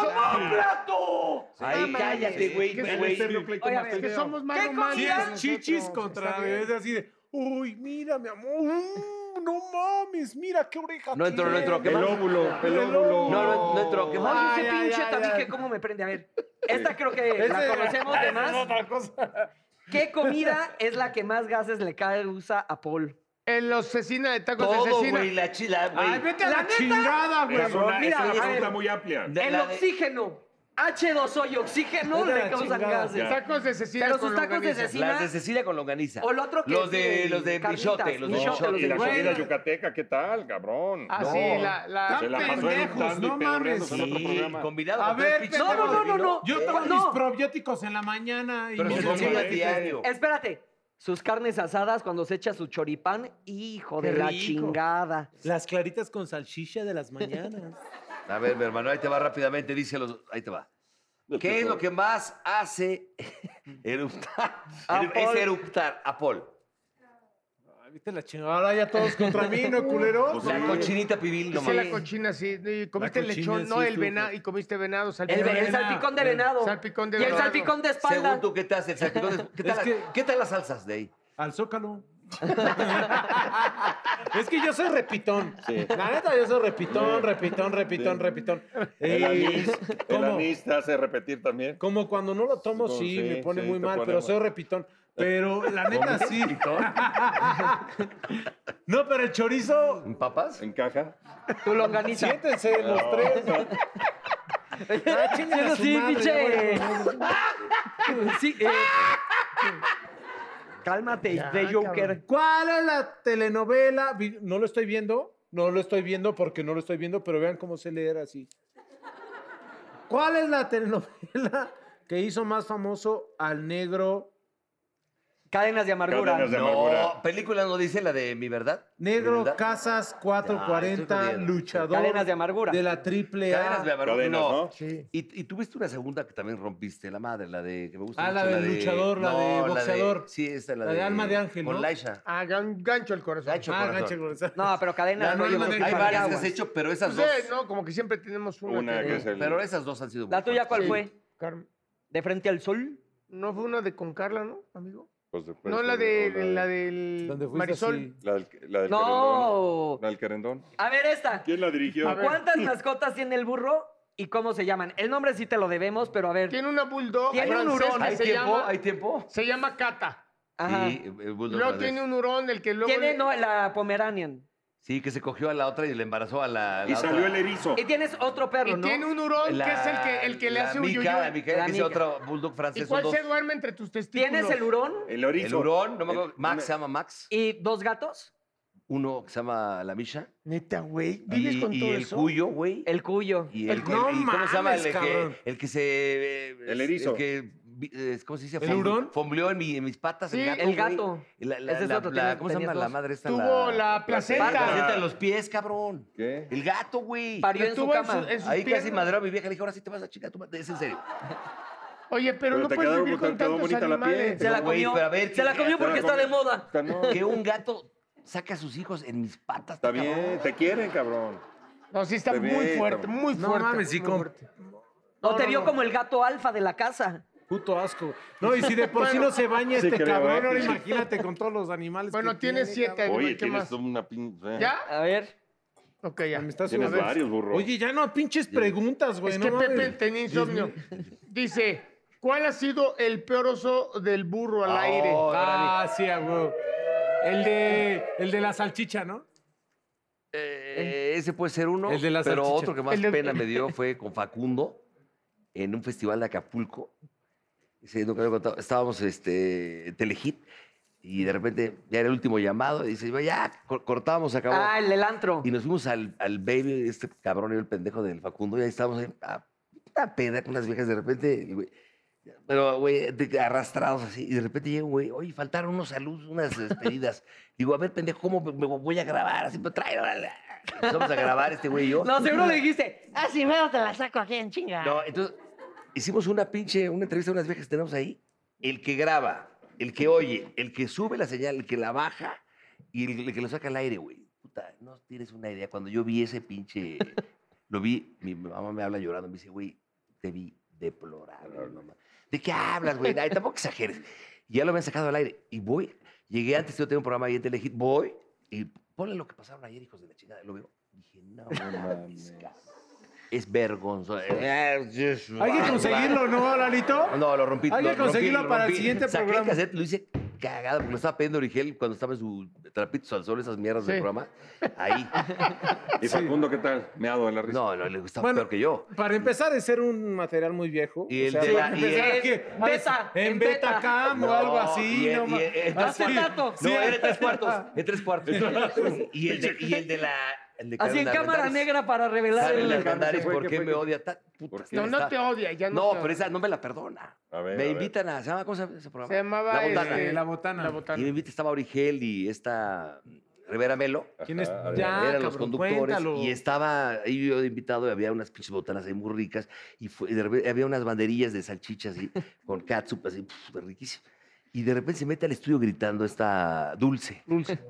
Speaker 6: plato!
Speaker 2: Ay,
Speaker 5: mames.
Speaker 2: cállate, güey,
Speaker 5: ¿Qué
Speaker 4: Él
Speaker 2: güey,
Speaker 4: es
Speaker 2: güey.
Speaker 4: el Heroclito
Speaker 6: Oye, a
Speaker 4: Mateo.
Speaker 5: que somos más
Speaker 6: ¿Qué
Speaker 1: Sí,
Speaker 5: románticos.
Speaker 1: es
Speaker 6: comida?
Speaker 5: nosotros.
Speaker 1: chichis contra...
Speaker 5: Está
Speaker 1: Es
Speaker 5: bien.
Speaker 1: así de... Uy, mira, mi amor. mm, No mames, mira qué oreja
Speaker 2: No entró, no
Speaker 1: tiene".
Speaker 2: entró, ¿qué
Speaker 4: El
Speaker 2: más?
Speaker 4: óvulo, el
Speaker 1: El
Speaker 4: óvulo.
Speaker 1: óvulo.
Speaker 2: No, no, no entró, ¿qué más?
Speaker 6: Oye, ese
Speaker 1: Ay, ay,
Speaker 6: pinche
Speaker 1: ay,
Speaker 6: tabique,
Speaker 1: ay.
Speaker 6: cómo me prende. A ver, esta creo que la
Speaker 1: Ese-
Speaker 6: conocemos de
Speaker 1: esa
Speaker 6: más.
Speaker 1: es otra cosa.
Speaker 6: ¿Qué comida es la que más gases le causa a Paul?
Speaker 5: El asesina de tacos de
Speaker 2: Todo,
Speaker 5: asesina.
Speaker 2: güey, la chila,
Speaker 1: Ay,
Speaker 2: güey.
Speaker 1: vete a
Speaker 6: La
Speaker 1: la,
Speaker 6: neta,
Speaker 1: chingada, güey.
Speaker 4: Es una,
Speaker 6: Mira,
Speaker 4: es una
Speaker 6: a
Speaker 4: pregunta
Speaker 6: ver.
Speaker 4: muy amplia.
Speaker 2: De-
Speaker 6: el
Speaker 2: la de-
Speaker 6: oxígeno. H2O y oxígeno
Speaker 1: Vete a
Speaker 6: le
Speaker 1: la
Speaker 6: causan
Speaker 1: chingada.
Speaker 6: gases.
Speaker 4: Ya.
Speaker 5: Tacos de asesina
Speaker 6: Pero sus
Speaker 5: con
Speaker 6: tacos de
Speaker 5: longaniza.
Speaker 6: asesina.
Speaker 2: Las de Cecilia con longaniza.
Speaker 6: O el otro que
Speaker 2: Los
Speaker 6: es
Speaker 2: de, los de
Speaker 6: carnitas,
Speaker 2: Michote, los de
Speaker 4: No,
Speaker 6: michote,
Speaker 2: Michote.
Speaker 6: los
Speaker 4: y
Speaker 6: de
Speaker 4: la
Speaker 6: güey.
Speaker 4: comida yucateca, ¿qué tal, cabrón?
Speaker 5: Ah,
Speaker 4: No.
Speaker 5: sí, la, la,
Speaker 4: Se la pasó
Speaker 1: Pendejos,
Speaker 4: eructando
Speaker 1: no
Speaker 4: y pedoreándose en
Speaker 1: mames.
Speaker 4: otro programa.
Speaker 2: combinado
Speaker 1: A
Speaker 2: con
Speaker 1: ver,
Speaker 2: tres pinches
Speaker 1: no, no,
Speaker 2: tacos de
Speaker 1: no,
Speaker 6: no,
Speaker 2: vino.
Speaker 6: no.
Speaker 1: Yo
Speaker 6: Eh,
Speaker 1: tomo
Speaker 6: no.
Speaker 1: mis probióticos en la mañana y
Speaker 2: Pero
Speaker 1: mis
Speaker 2: se toma
Speaker 1: encías.
Speaker 2: diario.
Speaker 6: Espérate, sus carnes asadas cuando se echa su choripán, hijo de
Speaker 5: Qué
Speaker 6: la
Speaker 5: rico.
Speaker 6: chingada.
Speaker 3: Las claritas con salchicha de las mañanas.
Speaker 2: A ver, mi hermano, ahí te va rápidamente, dice los. Ahí te va. ¿Qué es lo que más hace eruptar?
Speaker 6: A
Speaker 2: Es
Speaker 6: Paul.
Speaker 2: eruptar, a Paul.
Speaker 3: Ay, Viste la chingada.
Speaker 1: Ahora ya todos contra mí, ¿no, culeros?
Speaker 2: La cochinita pibil, no
Speaker 5: Hice la
Speaker 2: mames.
Speaker 5: cochina, sí. y comiste
Speaker 3: cochina,
Speaker 5: lechón, no
Speaker 3: sí,
Speaker 5: el
Speaker 3: tú,
Speaker 5: venado. Y comiste venado,
Speaker 6: El,
Speaker 5: salpicón.
Speaker 6: ve- el salpicón de venado.
Speaker 5: Salpicón de
Speaker 6: Y el
Speaker 5: venado.
Speaker 6: salpicón de espalda.
Speaker 2: Según tú, ¿qué te hace el salpicón? de- ¿Qué tal,
Speaker 3: Es que-
Speaker 2: qué tal las salsas de ahí?
Speaker 1: Al zócalo. es que yo soy repitón. La neta, yo soy repitón, repitón, repitón, repitón.
Speaker 4: El
Speaker 1: Eh,
Speaker 4: anís, el
Speaker 1: ¿cómo?
Speaker 4: anís te hace repetir también.
Speaker 1: Como cuando no lo tomo,
Speaker 4: Como-
Speaker 1: sí,
Speaker 4: sí,
Speaker 1: me pone
Speaker 4: sí,
Speaker 1: muy
Speaker 4: te
Speaker 1: mal,
Speaker 4: pone
Speaker 1: pero
Speaker 4: mal.
Speaker 1: soy repitón. Pero la neta sí. no, pero el chorizo,
Speaker 2: ¿En papas?
Speaker 4: ¿Encaja?
Speaker 6: Tu longaniza.
Speaker 1: siéntense los tres. Ah, chingan a su
Speaker 6: Sí,
Speaker 1: madre,
Speaker 6: pinche.
Speaker 1: ya voy a
Speaker 6: Sí, eh. Cálmate,
Speaker 5: Ya,
Speaker 6: de Joker.
Speaker 5: cabrón.
Speaker 1: ¿Cuál es la telenovela? Vi- No lo estoy viendo, no lo estoy viendo porque no lo estoy viendo, pero vean cómo se leer así. ¿Cuál es la telenovela que hizo más famoso al negro,
Speaker 6: Cadenas de amargura.
Speaker 4: Cadenas de-
Speaker 2: No,
Speaker 4: amargura.
Speaker 2: película no dice la de mi verdad. ¿Mi
Speaker 1: negro
Speaker 2: verdad?
Speaker 1: Casas
Speaker 2: Ya,
Speaker 1: 440,
Speaker 2: estoy jodiendo.
Speaker 1: luchador
Speaker 6: Cadenas de amargura.
Speaker 1: de la triple A?
Speaker 2: Cadenas de amargura.
Speaker 4: Cadenas,
Speaker 2: no.
Speaker 4: ¿no?
Speaker 5: Sí.
Speaker 2: Y, y tuviste una segunda que también rompiste, la madre, la de que me gusta.
Speaker 1: Ah, la
Speaker 2: mucho,
Speaker 1: del luchador, la de boxeador.
Speaker 2: sí, esta, la,
Speaker 1: La de Alma de Ángel,
Speaker 2: Con
Speaker 1: ¿no?
Speaker 2: Laisha.
Speaker 5: Ah, gan- gancho el corazón.
Speaker 2: Gancho.
Speaker 1: Ah,
Speaker 2: corazón.
Speaker 1: gancho, corazón.
Speaker 6: No, pero
Speaker 1: La
Speaker 6: cadenas no,
Speaker 1: no,
Speaker 6: yo
Speaker 1: la
Speaker 6: creo
Speaker 1: de- Pues,
Speaker 6: que
Speaker 2: Hay varias que
Speaker 6: paraguas.
Speaker 2: has hecho, pero
Speaker 5: No
Speaker 2: esas
Speaker 5: sé,
Speaker 2: dos.
Speaker 5: Pues,
Speaker 1: eh,
Speaker 5: eh, no, como que siempre tenemos una.
Speaker 4: Una que es el...
Speaker 2: Pero esas dos han sido. muy
Speaker 6: ¿La tuya
Speaker 2: fuertes.
Speaker 6: cuál fue?
Speaker 5: Carmen,
Speaker 6: ¿De frente al sol?
Speaker 5: No fue una de con Carla, ¿no, amigo?
Speaker 4: Pues después
Speaker 5: No, la
Speaker 4: de-
Speaker 5: de,
Speaker 4: o
Speaker 5: la del
Speaker 1: Donde fuiste
Speaker 5: Marisol.
Speaker 1: así.
Speaker 4: La del, la del querendón.
Speaker 6: No.
Speaker 4: La del querendón.
Speaker 6: A ver esta.
Speaker 4: ¿Quién la dirigió?
Speaker 5: A ver.
Speaker 6: ¿Cuántas mascotas tiene el burro y cómo se llaman? El nombre sí te lo debemos, pero a ver.
Speaker 5: Tiene una bulldog
Speaker 6: Tiene un
Speaker 5: francés
Speaker 6: hurón.
Speaker 5: que
Speaker 2: ¿Hay
Speaker 5: se
Speaker 2: tiempo?
Speaker 5: llama,
Speaker 2: ¿Hay tiempo?
Speaker 5: se llama Cata.
Speaker 6: Ajá.
Speaker 2: Sí, el
Speaker 5: Y
Speaker 2: bulldog
Speaker 5: Luego
Speaker 2: francés.
Speaker 5: tiene un hurón, el que luego...
Speaker 6: Tiene
Speaker 5: le-
Speaker 6: no, la Pomeranian.
Speaker 2: Sí, que se cogió a la otra y le embarazó a la.
Speaker 4: Y
Speaker 2: la
Speaker 4: salió
Speaker 2: otra.
Speaker 4: el erizo.
Speaker 6: Y tienes otro
Speaker 5: y
Speaker 6: perro, ¿no?
Speaker 5: tiene un hurón
Speaker 2: La-
Speaker 5: que es el que, el que le
Speaker 2: la
Speaker 5: hace un
Speaker 2: mica, La
Speaker 5: yuyuy.
Speaker 2: mica,
Speaker 6: La
Speaker 2: que es
Speaker 6: mica.
Speaker 2: otro bulldog francés.
Speaker 5: ¿Y
Speaker 2: son
Speaker 5: cuál
Speaker 2: dos.
Speaker 5: se duerme entre tus testículos?
Speaker 6: Tienes el hurón
Speaker 4: El orizo.
Speaker 2: El hurón, no me acuerdo.
Speaker 4: El-
Speaker 2: Max se llama Max.
Speaker 6: y dos gatos.
Speaker 2: Uno que se llama La Misha.
Speaker 5: Neta, güey. ¿Vives
Speaker 2: Y,
Speaker 5: con
Speaker 2: y
Speaker 5: todo
Speaker 2: el
Speaker 5: eso?
Speaker 2: cuyo, güey.
Speaker 6: El cuyo.
Speaker 2: Y el,
Speaker 1: No
Speaker 2: el- y ¿Cómo se llama?
Speaker 1: mames,
Speaker 2: El que,
Speaker 1: cabrón.
Speaker 2: el que se. eh,
Speaker 4: El erizo.
Speaker 2: El que vi- eh, ¿Cómo se dice?
Speaker 1: ¿El
Speaker 2: Fom-
Speaker 1: hurón?
Speaker 2: Fombleó en, mi- en mis patas
Speaker 5: Sí,
Speaker 2: el gato.
Speaker 6: el
Speaker 2: güey.
Speaker 6: gato.
Speaker 2: La- la-
Speaker 6: Ese es
Speaker 2: la-
Speaker 6: otro,
Speaker 2: la-
Speaker 6: tenías-
Speaker 2: ¿Cómo se llama
Speaker 6: tenías
Speaker 2: la
Speaker 6: dos.
Speaker 2: madre esta?
Speaker 5: Tuvo la
Speaker 2: La placenta
Speaker 5: placenta.
Speaker 2: en los pies, cabrón.
Speaker 4: ¿Qué?
Speaker 2: El gato, güey.
Speaker 6: Parió
Speaker 5: Lo
Speaker 6: en su
Speaker 5: tuvo en
Speaker 6: cama.
Speaker 5: su- en sus
Speaker 2: Ahí casi
Speaker 5: piernas.
Speaker 2: madró a mi vieja. Le dije, ahora sí te vas a chingar tu madre. Es en serio.
Speaker 5: Oye, pero,
Speaker 4: Pero
Speaker 5: no
Speaker 4: te
Speaker 5: puedes
Speaker 4: quedó- te
Speaker 5: vivir
Speaker 4: quedó
Speaker 5: con tantos
Speaker 4: bonita la piel.
Speaker 5: animales.
Speaker 6: Se la
Speaker 2: güey,
Speaker 6: comió.
Speaker 2: pero a ver,
Speaker 6: se la
Speaker 2: ¿qué-
Speaker 6: comió
Speaker 2: se la
Speaker 6: porque está
Speaker 4: comió?
Speaker 6: de moda.
Speaker 4: Está, no,
Speaker 2: Que un gato saca a sus hijos en mis patas. este
Speaker 4: está
Speaker 2: cabrón.
Speaker 4: bien, te quieren, cabrón.
Speaker 5: No, sí está
Speaker 4: Te vi,
Speaker 5: muy fuerte,
Speaker 4: cabrón.
Speaker 5: muy
Speaker 1: No
Speaker 5: fuerte.
Speaker 1: mames, sí,
Speaker 5: muy
Speaker 1: con
Speaker 5: fuerte.
Speaker 6: O te vio como el gato alfa de la casa.
Speaker 1: puto asco. No, y si de por sí no se baña
Speaker 4: sí
Speaker 1: este
Speaker 4: creo,
Speaker 1: cabrón,
Speaker 4: ¿eh?
Speaker 1: ahora imagínate con todos los animales.
Speaker 5: Bueno,
Speaker 1: que
Speaker 5: tienes
Speaker 1: tiene,
Speaker 5: siete.
Speaker 1: cabrón.
Speaker 5: güey,
Speaker 4: Oye,
Speaker 5: ¿qué
Speaker 4: tienes
Speaker 5: más?
Speaker 4: una pinche.
Speaker 5: ¿Ya?
Speaker 6: A ver.
Speaker 5: Ok, ya.
Speaker 1: Me estás
Speaker 4: Tienes
Speaker 1: sudando.
Speaker 4: varios, burro.
Speaker 1: Oye, ya no pinches preguntas, güey.
Speaker 5: Es
Speaker 1: no
Speaker 5: que
Speaker 1: mames.
Speaker 5: Pepe tenía insomnio. Dice, ¿cuál ha sido el peor oso del burro al aire?
Speaker 1: Oh, ah, sí, a huevo. El de, el de la salchicha, ¿no?
Speaker 2: Eh, ese puede ser uno.
Speaker 1: El de la
Speaker 2: pero
Speaker 1: salchicha.
Speaker 2: otro que más
Speaker 5: El de-
Speaker 2: pena me dio fue con Facundo en un festival de Acapulco. Ese nunca lo he contado. Estábamos este, en Telehit y de repente ya era el último llamado y dice, ya, co- cortamos, se acabó.
Speaker 6: Ah, el del antro.
Speaker 2: Y nos fuimos al, al baby, este cabrón era el pendejo del Facundo, y ahí estábamos ahí, a una peda con unas viejas, de repente, el güey, pero, güey, de- arrastrados así, y de repente llega un güey, oye, faltaron unos saludos, unas despedidas. Digo, a ver, pendejo, ¿cómo me me voy a grabar? Así, pues, trae, órale. Empezamos a grabar este güey y yo.
Speaker 6: No, seguro le dijiste.
Speaker 8: Ah, si veo, te la saco aquí en chinga.
Speaker 2: No, entonces hicimos una pinche, una entrevista a unas viejas que tenemos ahí. El que graba, el que oye, el que sube la señal, el que la baja y el, el que lo saca al aire, güey. Puta, no tienes una idea. Cuando yo vi ese pinche, lo vi, mi mamá me habla llorando, me dice, güey, te vi deplorable, mamá. ¿De qué hablas, güey? Ay, tampoco exageres. Y ya lo habían sacado al aire. Y voy, llegué antes, yo tengo un programa ahí en Telehit, voy y ponle lo que pasaron ayer, hijos de la chingada. Lo veo. Dije, no, no mames, Ah, cabrón. Es vergonzoso.
Speaker 1: Hay que conseguirlo, ¿no, Lalito?
Speaker 2: No, lo rompí.
Speaker 1: Hay que
Speaker 2: lo rompí,
Speaker 1: conseguirlo
Speaker 2: lo
Speaker 1: para el
Speaker 2: rompí.
Speaker 1: siguiente
Speaker 2: Saqué
Speaker 1: programa.
Speaker 2: El cassette, lo hice cagado porque lo estaba pidiendo Origel cuando estaba en su trapito al sol, esas mierdas del
Speaker 5: Sí.
Speaker 2: programa. Ahí.
Speaker 4: ¿Y Facundo qué tal? Me ha dado la risa.
Speaker 2: No, no, le gustaba
Speaker 1: Bueno,
Speaker 2: peor que yo.
Speaker 1: Para empezar, es ser un material muy viejo.
Speaker 2: Y el
Speaker 1: O sea,
Speaker 2: de la-
Speaker 1: para
Speaker 2: y el-
Speaker 1: empezar, que-
Speaker 6: en beta,
Speaker 1: En,
Speaker 6: en beta.
Speaker 1: beta cam o
Speaker 2: No,
Speaker 1: algo así.
Speaker 2: y el-
Speaker 1: no
Speaker 2: y
Speaker 1: ma-
Speaker 2: el- el-
Speaker 1: así.
Speaker 6: Acetato.
Speaker 2: No,
Speaker 1: Sí,
Speaker 2: era en tres cuartos. En tres cuartos. y, el de, y el de la. el de
Speaker 6: Así en
Speaker 2: Carmen
Speaker 6: cámara
Speaker 2: Armendáriz.
Speaker 6: negra para revelar
Speaker 2: Carmen
Speaker 6: el.
Speaker 2: Armendáriz,
Speaker 4: ¿Qué fue,
Speaker 2: ¿por
Speaker 4: qué
Speaker 2: qué
Speaker 4: fue,
Speaker 2: me
Speaker 4: qué-
Speaker 2: odia tan- puta,
Speaker 4: ¿Por qué?
Speaker 5: No, no
Speaker 2: está-
Speaker 5: te odia, ya no.
Speaker 2: No,
Speaker 5: te
Speaker 2: pero
Speaker 5: odia.
Speaker 2: esa no me la perdona.
Speaker 4: A ver, a
Speaker 2: me
Speaker 4: ver.
Speaker 2: invitan a. ¿Se llama cómo se llama ese programa?
Speaker 5: Se llamaba
Speaker 2: La Botana.
Speaker 5: este,
Speaker 1: Eh, la botana.
Speaker 5: La
Speaker 2: Y
Speaker 5: botana.
Speaker 2: me invita, estaba Origel y esta Rivera Melo.
Speaker 1: ¿Quién es?
Speaker 4: Ajá,
Speaker 1: Ya,
Speaker 2: eran Ah, los
Speaker 1: cabrón,
Speaker 2: conductores
Speaker 1: cuéntalo.
Speaker 2: y estaba ahí yo de invitado y había unas pinches botanas ahí muy ricas y, fue- y de repente había unas banderillas de salchichas y, con catsup así, pf, riquísimo. Y de repente se mete al estudio gritando esta Dulce.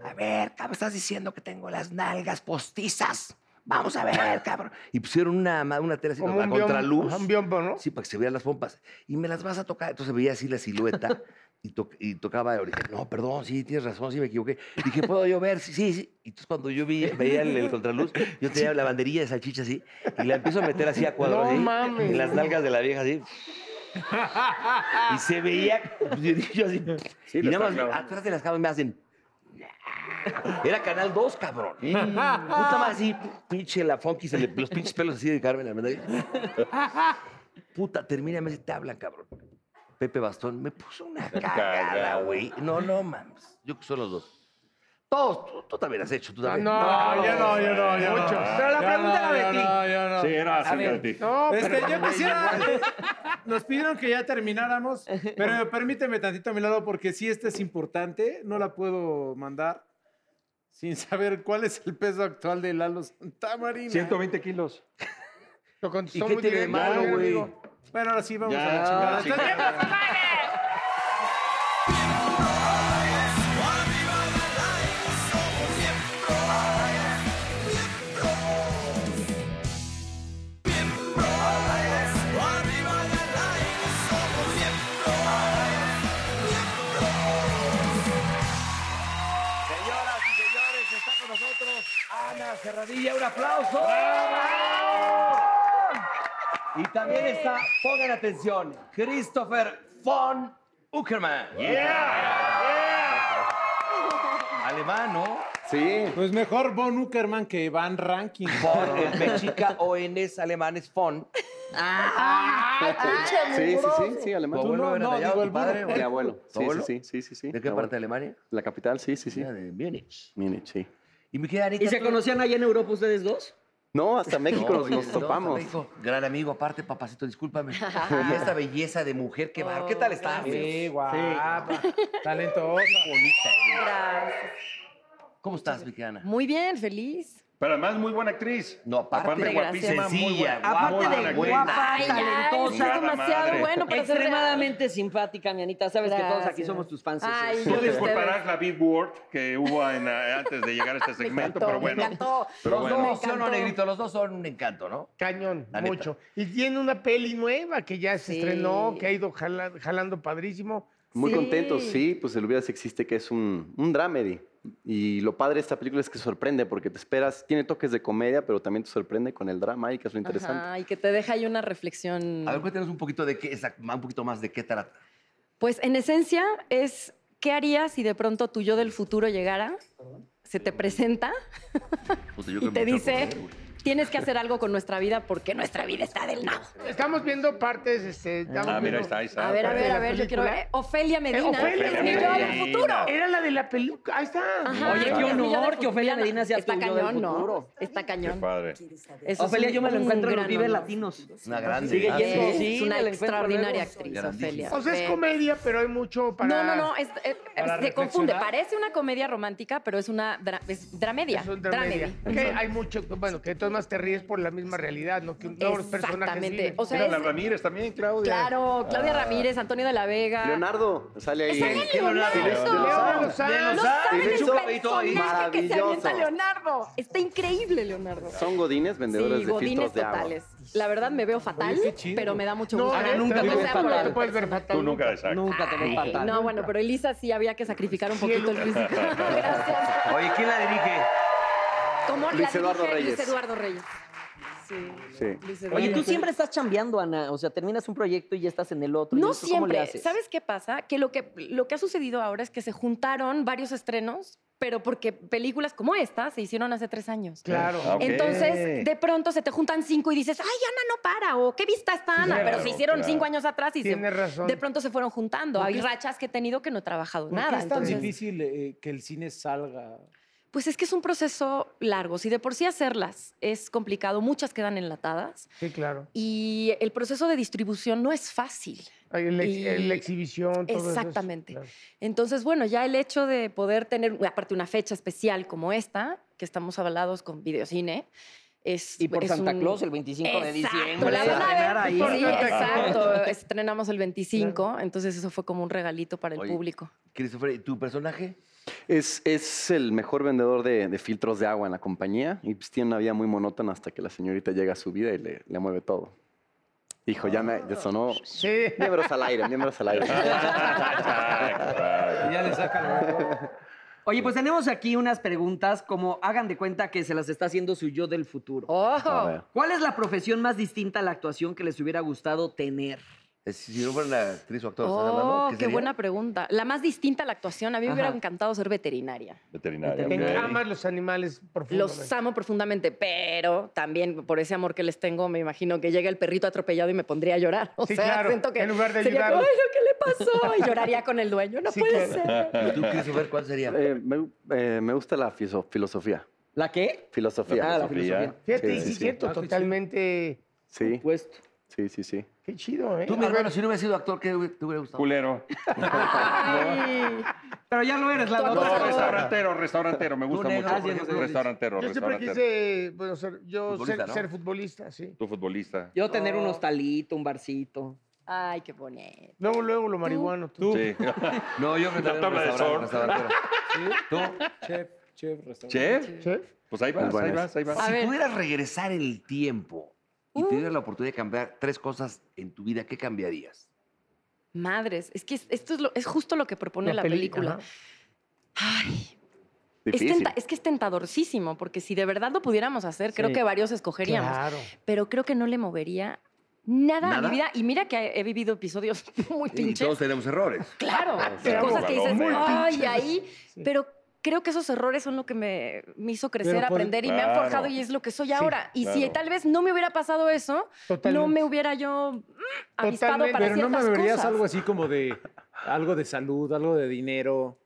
Speaker 2: A ver, cabrón, estás diciendo que tengo las nalgas postizas. Vamos a ver, cabrón. Y pusieron una, ma- una tela así,
Speaker 5: Como
Speaker 2: la
Speaker 5: un
Speaker 2: contraluz.
Speaker 5: biombo, un biombo, ¿no?
Speaker 2: Sí, para que se vean las pompas. Y me las vas a tocar. Entonces veía así la silueta y, toc- y tocaba. y dije, no, perdón, sí, tienes razón, sí me equivoqué. Dije, ¿puedo yo ver? Sí, sí, sí. Y entonces cuando yo vi, veía el, el contraluz, yo tenía la banderilla de salchicha así y la empiezo a meter así a cuadro.
Speaker 5: No
Speaker 2: así,
Speaker 5: mames.
Speaker 2: En las nalgas de la vieja así. Y se veía, yo, dije, yo así.
Speaker 4: Sí,
Speaker 2: y
Speaker 4: lo
Speaker 2: nada más
Speaker 4: está clavando.
Speaker 2: atrás de las cámaras me hacen. Era Canal 2, cabrón.
Speaker 5: Mm.
Speaker 2: Puta más así, pinche la funky, se le- los pinches pelos así de Carmen Armendáriz. Puta, termina, me dice, te hablan, cabrón. Pepe Bastón me puso una cagada, güey. No, no, mames. Yo que son los dos. Todos, tú, tú también has hecho, tú también.
Speaker 5: No,
Speaker 1: No, yo no, yo no, yo no.
Speaker 6: Pero la
Speaker 1: Yo
Speaker 6: pregunta era
Speaker 1: no,
Speaker 6: de
Speaker 1: yo
Speaker 6: ti.
Speaker 1: no, yo no.
Speaker 4: Sí, era
Speaker 6: A ver.
Speaker 4: acerca de ti.
Speaker 5: No,
Speaker 1: Este,
Speaker 5: pero-
Speaker 1: yo quisiera. Nos pidieron que ya termináramos, pero permíteme tantito a mi lado porque sí, esta es importante. No la puedo mandar sin saber cuál es el peso actual de Lalo Santamarina.
Speaker 4: 120 kilos.
Speaker 5: Lo
Speaker 2: ¿Y
Speaker 5: contestó
Speaker 2: qué
Speaker 5: muy
Speaker 2: tiene de
Speaker 5: directo,
Speaker 2: malo,
Speaker 5: ¿no,
Speaker 2: güey?
Speaker 5: amigo?
Speaker 1: Bueno, ahora sí vamos
Speaker 4: Ya,
Speaker 1: a la chingada.
Speaker 4: la chingada.
Speaker 1: Entonces,
Speaker 2: Señoras y señores, está con nosotros Ana Cerradilla. ¡Un aplauso! Y también está, pongan atención, Christopher von Uckerman. ¡Yeah! Alemán, ¿no?
Speaker 4: Sí.
Speaker 1: Pues mejor Von Uckerman que Van Ranking.
Speaker 2: Von, el mexica o en es alemán es von.
Speaker 9: Sí, sí, sí, sí,
Speaker 2: ¿Tu
Speaker 9: alemán.
Speaker 2: abuelo
Speaker 1: no,
Speaker 2: era
Speaker 1: no,
Speaker 2: de allá o
Speaker 1: digo,
Speaker 2: tu
Speaker 1: el
Speaker 2: padre?
Speaker 1: burro.
Speaker 9: Mi
Speaker 2: o-
Speaker 9: abuelo.
Speaker 2: ¿Tu
Speaker 9: Sí,
Speaker 2: abuelo?
Speaker 9: sí, sí, sí, sí, sí.
Speaker 2: ¿De qué
Speaker 9: Mi
Speaker 2: parte de
Speaker 9: abuelo.
Speaker 2: Alemania?
Speaker 9: La capital, sí, sí, sí.
Speaker 2: Era de Múnich.
Speaker 9: Múnich, sí.
Speaker 2: Y me queda Anita.
Speaker 6: ¿Y se
Speaker 2: tú-
Speaker 6: conocían allá en Europa ustedes dos?
Speaker 9: No, hasta México nos, nos
Speaker 2: no,
Speaker 9: topamos.
Speaker 2: México. Gran amigo, aparte, papacito, discúlpame. y esta belleza de mujer, qué
Speaker 10: Oh,
Speaker 2: bar. ¿Qué tal está?
Speaker 1: Sí, guapa. Talentosa.
Speaker 2: Bonita. güey.
Speaker 10: Gracias.
Speaker 2: ¿Cómo estás, mi querida Ana?
Speaker 10: Muy bien, feliz.
Speaker 4: Pero además, muy buena actriz.
Speaker 2: No, aparte,
Speaker 4: aparte
Speaker 10: gracias.
Speaker 4: guapísima, muy buena.
Speaker 2: Sencilla,
Speaker 4: muy
Speaker 6: Aparte
Speaker 4: buena
Speaker 6: de
Speaker 4: actriz.
Speaker 6: guapa,
Speaker 10: Ay, ya, es
Speaker 6: talentosa.
Speaker 10: demasiado
Speaker 4: madre.
Speaker 10: bueno para ser real.
Speaker 6: Extremadamente simpática, mi Anita. Sabes que todos aquí
Speaker 10: Gracias.
Speaker 6: somos tus fans.
Speaker 10: Ay,
Speaker 4: Tú
Speaker 10: yo de
Speaker 4: disculparás la big word que hubo en, eh, antes de llegar a este
Speaker 10: Me
Speaker 4: segmento,
Speaker 10: encantó,
Speaker 4: pero
Speaker 10: Me
Speaker 4: bueno.
Speaker 10: encantó.
Speaker 4: Pero
Speaker 2: los
Speaker 4: bueno.
Speaker 10: Me
Speaker 2: dos, ¿sí o no,
Speaker 10: encantó.
Speaker 2: negrito? Los dos son un encanto, ¿no?
Speaker 5: Cañón,
Speaker 2: La neta.
Speaker 5: mucho. Y tiene una peli nueva que ya se
Speaker 10: Sí.
Speaker 5: estrenó, que ha ido jala- jalando padrísimo.
Speaker 9: Muy
Speaker 10: Sí.
Speaker 9: contentos, sí, pues el Hubieras existe, que es un, un dramedy. Y lo padre de esta película es que sorprende, porque te esperas, tiene toques de comedia, pero también te sorprende con el drama y que es lo interesante.
Speaker 10: Ajá, y que te deja ahí una reflexión.
Speaker 2: A ver, cuéntanos un poquito de qué, exact- un poquito más de qué trata.
Speaker 10: Pues en esencia es, ¿qué harías si de pronto tu yo del futuro llegara? Se te presenta,
Speaker 2: Puta,
Speaker 10: Y
Speaker 2: yo creo
Speaker 10: te
Speaker 2: que me
Speaker 10: dice-
Speaker 2: voy a comer, güey.
Speaker 10: tienes que hacer algo con nuestra vida porque nuestra vida está del nabo.
Speaker 5: Estamos viendo partes, este, estamos
Speaker 4: Ah, mira,
Speaker 5: viendo-
Speaker 4: ahí está, ahí está.
Speaker 10: A ver, a ver, a ver, yo quiero
Speaker 5: película?
Speaker 10: ver.
Speaker 6: ¿Eh?
Speaker 10: Ofelia Medina,
Speaker 5: Ofelia
Speaker 10: es mi yo del
Speaker 4: Medina.
Speaker 10: futuro.
Speaker 5: Era la de la peluca, ahí está.
Speaker 10: Ajá,
Speaker 6: Oye, qué
Speaker 10: es mi yo del
Speaker 6: honor
Speaker 10: futuro.
Speaker 6: que Ofelia Medina sea tu
Speaker 10: Está
Speaker 6: yo del
Speaker 10: cañón, ¿no?
Speaker 6: futuro.
Speaker 10: Está
Speaker 4: Qué
Speaker 10: cañón.
Speaker 4: padre.
Speaker 10: Eso es
Speaker 6: Ofelia,
Speaker 10: un-
Speaker 6: yo me la
Speaker 10: un
Speaker 6: encuentro en los
Speaker 10: gran
Speaker 6: Vive
Speaker 10: honor.
Speaker 6: Latinos.
Speaker 2: Una grande.
Speaker 6: Sigue
Speaker 2: ¿no?
Speaker 6: yendo,
Speaker 10: Sí,
Speaker 6: sí,
Speaker 10: es una
Speaker 6: me la encuentro
Speaker 10: extraordinaria
Speaker 6: luego.
Speaker 10: actriz,
Speaker 2: Grandísima.
Speaker 10: Ofelia.
Speaker 5: O sea,
Speaker 10: Ve.
Speaker 5: Pues es comedia, pero hay mucho para...
Speaker 10: No, no, no, es- eh, eh,
Speaker 1: Para
Speaker 10: se confunde.
Speaker 1: reflexionar.
Speaker 10: Parece una comedia romántica, pero es una dra- es dramedia.
Speaker 5: Es un dramedia.
Speaker 10: dramedy.
Speaker 5: Que hay mucho, bueno, que todas más te ríes por la misma realidad, ¿no? Que todos los personajes
Speaker 10: Exactamente.
Speaker 5: viven.
Speaker 10: O sea,
Speaker 4: Mira, la
Speaker 10: es-
Speaker 4: Ramírez también, Claudia.
Speaker 10: claro, Claudia Ramírez, Antonio de la Vega.
Speaker 9: Leonardo, sale ahí.
Speaker 10: ¡Sale
Speaker 9: Sí,
Speaker 10: Leonardo!
Speaker 9: de los- de los
Speaker 5: Leonardo
Speaker 9: años.
Speaker 5: Sanz.
Speaker 10: No saben
Speaker 9: de
Speaker 10: el
Speaker 9: hecho, ahí todo ahí.
Speaker 10: personaje que se
Speaker 9: Maravilloso.
Speaker 10: avienta Leonardo. Está increíble, Leonardo.
Speaker 9: Son godines vendedores
Speaker 10: Sí,
Speaker 9: de filtros
Speaker 10: godines
Speaker 9: de agua.
Speaker 10: totales. La verdad me veo fatal,
Speaker 1: Oye, qué chido.
Speaker 10: pero me da mucho
Speaker 5: No,
Speaker 10: gusto.
Speaker 5: Ana,
Speaker 6: nunca
Speaker 5: nunca
Speaker 6: te
Speaker 5: te,
Speaker 6: ves fatal.
Speaker 5: puedes ver fatal.
Speaker 4: Tú nunca, exacto.
Speaker 6: Nunca te ves fatal.
Speaker 10: No, bueno, pero Elisa sí había que sacrificar un poquito el físico. Gracias.
Speaker 2: Oye, ¿quién la dirige?
Speaker 10: ¿Cómo
Speaker 9: Luis Eduardo
Speaker 10: Luis
Speaker 9: Reyes.
Speaker 10: Eduardo Reyes. Sí.
Speaker 9: Sí.
Speaker 10: Luis
Speaker 6: Oye,
Speaker 10: Eduardo
Speaker 6: tú
Speaker 10: Reyes.
Speaker 6: siempre estás chambeando, Ana. O sea, terminas un proyecto y ya estás en el otro. ¿Y
Speaker 10: No
Speaker 6: eso ¿Cómo le
Speaker 10: siempre.
Speaker 6: haces?
Speaker 10: ¿Sabes qué pasa? Que lo, que lo que ha sucedido ahora es que se juntaron varios estrenos, pero porque películas como esta se hicieron hace tres años.
Speaker 5: Claro.
Speaker 4: Ah, ok.
Speaker 10: Entonces, de pronto se te juntan cinco y dices, ay, Ana no para, o qué vista está Ana,
Speaker 4: claro,
Speaker 10: pero se hicieron
Speaker 4: claro.
Speaker 10: cinco años atrás y se-
Speaker 5: Tienes razón.
Speaker 10: de pronto se fueron juntando. Hay rachas que he tenido que no he trabajado
Speaker 1: ¿Por
Speaker 10: nada.
Speaker 1: qué es tan
Speaker 10: entonces-
Speaker 1: difícil eh, que el cine salga?
Speaker 10: Pues es que es un proceso largo. Si de por sí hacerlas es complicado, muchas quedan enlatadas
Speaker 5: Sí, claro.
Speaker 10: y el proceso de distribución no es fácil.
Speaker 5: Ay, el ex-
Speaker 10: Y-
Speaker 5: el- La exhibición, todo eso es-
Speaker 10: Exactamente.
Speaker 5: claro.
Speaker 10: Entonces, bueno, ya el hecho de poder tener, aparte una fecha especial como esta, que estamos avalados con videocine, es...
Speaker 6: Y por
Speaker 10: es
Speaker 6: Santa
Speaker 10: un-
Speaker 6: Claus, el 25 de
Speaker 10: Exacto,
Speaker 6: diciembre.
Speaker 10: la ¿eh?
Speaker 6: se
Speaker 10: van a
Speaker 6: estrenar
Speaker 10: ver.
Speaker 6: Pues ahí.
Speaker 10: Sí, exacto. Estrenamos el 25, entonces eso fue como un regalito para el
Speaker 2: Oye.
Speaker 10: público.
Speaker 2: Christopher, ¿y tu personaje?
Speaker 9: Es, es el mejor vendedor de, de filtros de agua en la compañía y pues tiene una vida muy monótona hasta que la señorita llega a su vida y le, le mueve todo. Dijo, ya me ya sonó.
Speaker 5: Sí.
Speaker 9: Ah. Miembros al aire, miembros al aire.
Speaker 4: Exacto.
Speaker 1: Ya le sacan.
Speaker 6: Oye, pues tenemos aquí unas preguntas, como hagan de cuenta que se las está haciendo su yo del futuro.
Speaker 9: A
Speaker 10: Oh,
Speaker 9: ver.
Speaker 6: ¿Cuál es la profesión más distinta a la actuación que les hubiera gustado tener?
Speaker 2: Es- Eh, Si no fuera la actriz o actor, ¿están hablando?
Speaker 10: Oh, qué
Speaker 2: sería?
Speaker 10: buena pregunta. La más distinta a la actuación, a mí me hubiera
Speaker 6: Ajá.
Speaker 10: encantado ser veterinaria.
Speaker 4: Veterinaria.
Speaker 5: Me
Speaker 6: Veterinaria.
Speaker 4: ok.
Speaker 5: amas los animales profundamente.
Speaker 10: Los amo profundamente, pero también por ese amor que les tengo, me imagino que llega el perrito atropellado y me pondría a llorar. O
Speaker 5: Sí,
Speaker 10: sea,
Speaker 5: claro,
Speaker 10: siento que
Speaker 5: en lugar de
Speaker 10: sería
Speaker 5: ayudarlo.
Speaker 10: como, ay, no, ¿qué le pasó? Y lloraría con el dueño, no
Speaker 5: Sí,
Speaker 10: puede
Speaker 5: claro.
Speaker 10: ser.
Speaker 2: ¿Y tú, Christopher, cuál sería?
Speaker 9: Eh, me, eh, me gusta la fiso- filosofía.
Speaker 6: ¿La qué?
Speaker 9: Filosofía.
Speaker 6: la
Speaker 4: Sofía.
Speaker 5: Fíjate,
Speaker 9: Sí,
Speaker 5: y
Speaker 9: sí,
Speaker 5: sí,
Speaker 9: sí.
Speaker 5: cierto,
Speaker 1: Ah, qué
Speaker 5: totalmente.
Speaker 9: Sí,
Speaker 6: Puesto.
Speaker 9: sí, sí, sí.
Speaker 5: Qué chido, ¿eh?
Speaker 2: Tú, mi
Speaker 5: A ver,
Speaker 2: hermano, si no hubiera sido actor, ¿qué te hubiera gustado?
Speaker 4: Culero.
Speaker 10: Ay.
Speaker 6: Pero ya lo eres, la
Speaker 10: Tú
Speaker 4: No,
Speaker 10: Cosa-
Speaker 4: restaurantero, restaurantero. Me gusta
Speaker 2: negro,
Speaker 4: mucho.
Speaker 2: por ejemplo.
Speaker 4: Restaurantero,
Speaker 5: Yo siempre
Speaker 4: restaurantero.
Speaker 5: quise, bueno, ser, yo
Speaker 2: Futbolista,
Speaker 5: ser,
Speaker 2: ¿no?
Speaker 5: ser futbolista, sí.
Speaker 4: Tu futbolista.
Speaker 6: Yo tener un hostalito, un barcito.
Speaker 10: Ay, qué bonito.
Speaker 5: Luego, luego lo marihuano. Tú.
Speaker 4: Sí.
Speaker 2: No, yo me
Speaker 4: La tabla de surf.
Speaker 2: ¿Tú?
Speaker 1: Chef, chef, restaurante.
Speaker 4: Chef,
Speaker 5: ¿Sí?
Speaker 4: pues ahí vas,
Speaker 9: Bueno.
Speaker 4: ahí vas, ahí vas.
Speaker 10: A
Speaker 2: Si
Speaker 10: ver.
Speaker 2: pudieras regresar el tiempo y te dieras la oportunidad de cambiar tres cosas en tu vida, ¿qué cambiarías?
Speaker 10: Madres, es que es- esto es, lo- es justo lo que propone la,
Speaker 5: peli-
Speaker 10: película.
Speaker 5: Ajá.
Speaker 10: Ay, es,
Speaker 9: Difícil.
Speaker 10: tenta- es que es tentadorcísimo, porque si de verdad lo pudiéramos hacer, creo
Speaker 6: Sí.
Speaker 10: que varios escogeríamos.
Speaker 5: Claro.
Speaker 10: Pero creo que no le movería nada, a
Speaker 2: ¿Nada?
Speaker 10: mi vida. Y mira que he, he vivido episodios muy
Speaker 2: Y
Speaker 10: pinches.
Speaker 2: todos tenemos errores.
Speaker 10: Claro,
Speaker 4: Pero
Speaker 10: Ah, cosas que dices,
Speaker 4: muy
Speaker 10: ay,
Speaker 5: pinches".
Speaker 10: ahí. Pero creo que esos errores son lo que me, me hizo crecer,
Speaker 1: Pero por-
Speaker 10: aprender y me han
Speaker 4: Claro.
Speaker 10: forjado y es lo que soy
Speaker 5: Sí,
Speaker 10: ahora. Y si
Speaker 4: claro.
Speaker 10: tal vez no me hubiera pasado eso,
Speaker 5: Totalmente.
Speaker 10: no me hubiera yo mm, avispado
Speaker 5: Totalmente.
Speaker 10: para
Speaker 1: Pero no me
Speaker 10: ciertas
Speaker 1: verías
Speaker 10: cosas.
Speaker 1: algo así como de algo de salud, algo de dinero.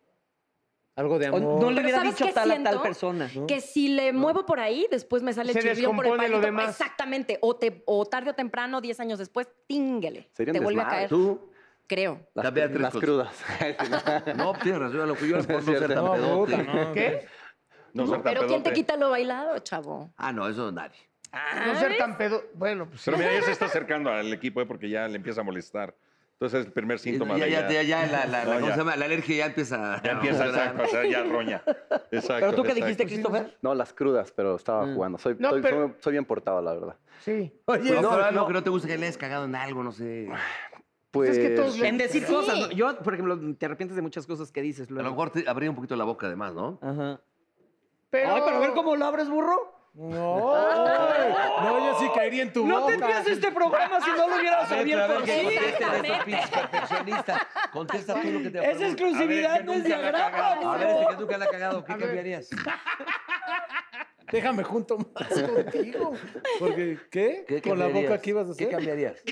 Speaker 1: Algo de
Speaker 6: O
Speaker 1: amor.
Speaker 6: no le
Speaker 10: Pero
Speaker 6: hubiera
Speaker 10: ¿sabes
Speaker 6: dicho
Speaker 10: qué
Speaker 6: tal a tal
Speaker 10: siento?
Speaker 6: persona.
Speaker 10: Que si le muevo por ahí, después me sale
Speaker 5: Se
Speaker 10: chirrión por el
Speaker 5: descompone lo
Speaker 10: palito.
Speaker 5: demás.
Speaker 10: Exactamente. O, te, o tarde o temprano, 10 años después, tíngale.
Speaker 9: Sería un
Speaker 10: te vuelve a
Speaker 9: desmadre.
Speaker 10: caer.
Speaker 2: Tú,
Speaker 10: Creo.
Speaker 9: Las,
Speaker 2: Cambiar tres
Speaker 9: las
Speaker 2: cosas.
Speaker 9: crudas.
Speaker 2: no, tienes razón, a lo que yo era
Speaker 9: No
Speaker 2: por
Speaker 9: es
Speaker 2: no ser
Speaker 9: cierto.
Speaker 2: tan
Speaker 1: No,
Speaker 2: pedote.
Speaker 1: puta, no.
Speaker 5: ¿Qué?
Speaker 4: No ser tan
Speaker 10: Pero ¿quién te
Speaker 4: pedote.
Speaker 10: quita lo bailado, chavo?
Speaker 2: Ah, no, eso nadie.
Speaker 5: No ser tan pedo. Bueno, pues sí.
Speaker 4: Pero mira, ya se está acercando al equipo ¿eh? porque ya le empieza a molestar. Entonces es el primer síntoma
Speaker 2: ya,
Speaker 4: de
Speaker 2: ya, ya, ya, la, la, la-
Speaker 4: No,
Speaker 2: ¿cómo
Speaker 4: ya.
Speaker 2: se llama? La alergia ya empieza.
Speaker 4: Ya empieza,
Speaker 2: ¿verdad?
Speaker 4: exacto, a ser ya roña. Exacto.
Speaker 6: ¿Pero tú qué dijiste,
Speaker 4: exacto.
Speaker 6: Christopher?
Speaker 9: No, las crudas, pero estaba jugando. Soy,
Speaker 5: No,
Speaker 9: soy-
Speaker 5: pero-
Speaker 9: soy- soy bien portado, la verdad.
Speaker 5: Sí.
Speaker 2: No,
Speaker 1: Oye,
Speaker 2: pero
Speaker 1: no,
Speaker 2: algo
Speaker 1: no.
Speaker 2: que no te gusta que le hayas cagado en algo, no sé. A
Speaker 9: Pues,
Speaker 5: es que todos-
Speaker 6: En decir
Speaker 5: Sí.
Speaker 6: cosas. ¿no? Yo, por ejemplo, te arrepientes de muchas cosas que dices
Speaker 2: lo
Speaker 6: luego.
Speaker 2: mejor te abría un poquito la boca, además, ¿no?
Speaker 6: Ajá.
Speaker 5: Pero,
Speaker 6: Ay, pero a ver cómo lo abres, burro.
Speaker 1: No, ay, no, yo sí caería en tu
Speaker 6: No
Speaker 1: boca.
Speaker 6: tendrías este programa si no lo hubieras abierto
Speaker 2: que
Speaker 6: así.
Speaker 2: conteste de esos pinches perfeccionistas. Contesta tú lo que te
Speaker 6: Es
Speaker 2: pregunto.
Speaker 6: exclusividad, no es diagrama.
Speaker 2: A ver, este que nunca la ha cagado, ¿qué
Speaker 5: A ver.
Speaker 2: cambiarías?
Speaker 1: Déjame junto más contigo. Porque, ¿qué?
Speaker 2: ¿Qué
Speaker 1: ¿Con la
Speaker 2: cambiarías?
Speaker 1: boca qué ibas a hacer?
Speaker 2: ¿Qué cambiarías?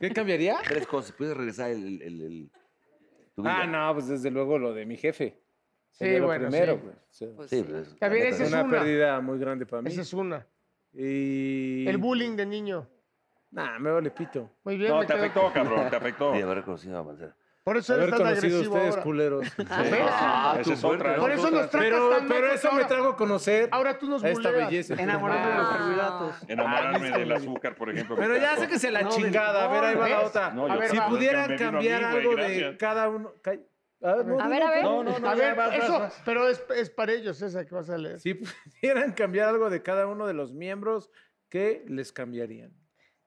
Speaker 1: ¿Qué cambiaría?
Speaker 2: Tres cosas. Puedes regresar el... el, el- tu vida.
Speaker 1: Ah, no, pues desde luego lo de mi jefe.
Speaker 5: Sí,
Speaker 1: Sería lo
Speaker 5: bueno,
Speaker 1: primero,
Speaker 5: sí.
Speaker 1: güey. Sí.
Speaker 8: Pues
Speaker 2: Sí,
Speaker 8: sí.
Speaker 2: pues, la
Speaker 5: También
Speaker 2: neta,
Speaker 1: Es
Speaker 5: ese es
Speaker 1: una,
Speaker 5: una.
Speaker 1: pérdida muy grande para mí.
Speaker 5: Esa es una.
Speaker 1: Y...
Speaker 5: El bullying de niño.
Speaker 1: Nah, me vale pito.
Speaker 5: Muy bien.
Speaker 4: No,
Speaker 5: me
Speaker 4: te
Speaker 5: quedo-
Speaker 4: afectó, cabrón, te afectó.
Speaker 2: de haber conocido a Mancera.
Speaker 5: Por eso
Speaker 1: Haber
Speaker 5: eres tan
Speaker 1: conocido a
Speaker 5: agresivo
Speaker 1: ustedes,
Speaker 5: ahora.
Speaker 1: culeros.
Speaker 5: Ah,
Speaker 4: Esa
Speaker 2: tu
Speaker 4: es otra.
Speaker 2: fuerte,
Speaker 5: Por
Speaker 4: esa es
Speaker 5: eso
Speaker 4: otra.
Speaker 5: nos tratas
Speaker 1: Pero,
Speaker 5: tan mal,
Speaker 1: pero eso me
Speaker 5: ahora-
Speaker 1: trago a conocer.
Speaker 5: Ahora tú nos
Speaker 1: a esta
Speaker 5: buleas.
Speaker 1: belleza.
Speaker 6: Enamorado
Speaker 10: Ah.
Speaker 6: de los carbohidratos.
Speaker 4: Enamorarme del azúcar, por ejemplo.
Speaker 1: Pero ya sé que se la
Speaker 6: No,
Speaker 1: chingada. A ver, ahí va la
Speaker 5: ¿ves?
Speaker 1: otra.
Speaker 4: No, yo
Speaker 5: A ver,
Speaker 1: si
Speaker 5: va.
Speaker 4: Es que
Speaker 1: pudieran
Speaker 4: me vino a mí,
Speaker 1: cambiar
Speaker 4: güey,
Speaker 1: algo de
Speaker 4: gracias.
Speaker 1: cada uno. calla- A ver, no,
Speaker 10: A
Speaker 1: no,
Speaker 10: ver,
Speaker 1: no,
Speaker 10: a ver.
Speaker 1: no.
Speaker 5: a ver, eso, pero es, es para ellos esa que vas a leer.
Speaker 1: Si pudieran cambiar algo de cada uno de los miembros, ¿qué les cambiarían?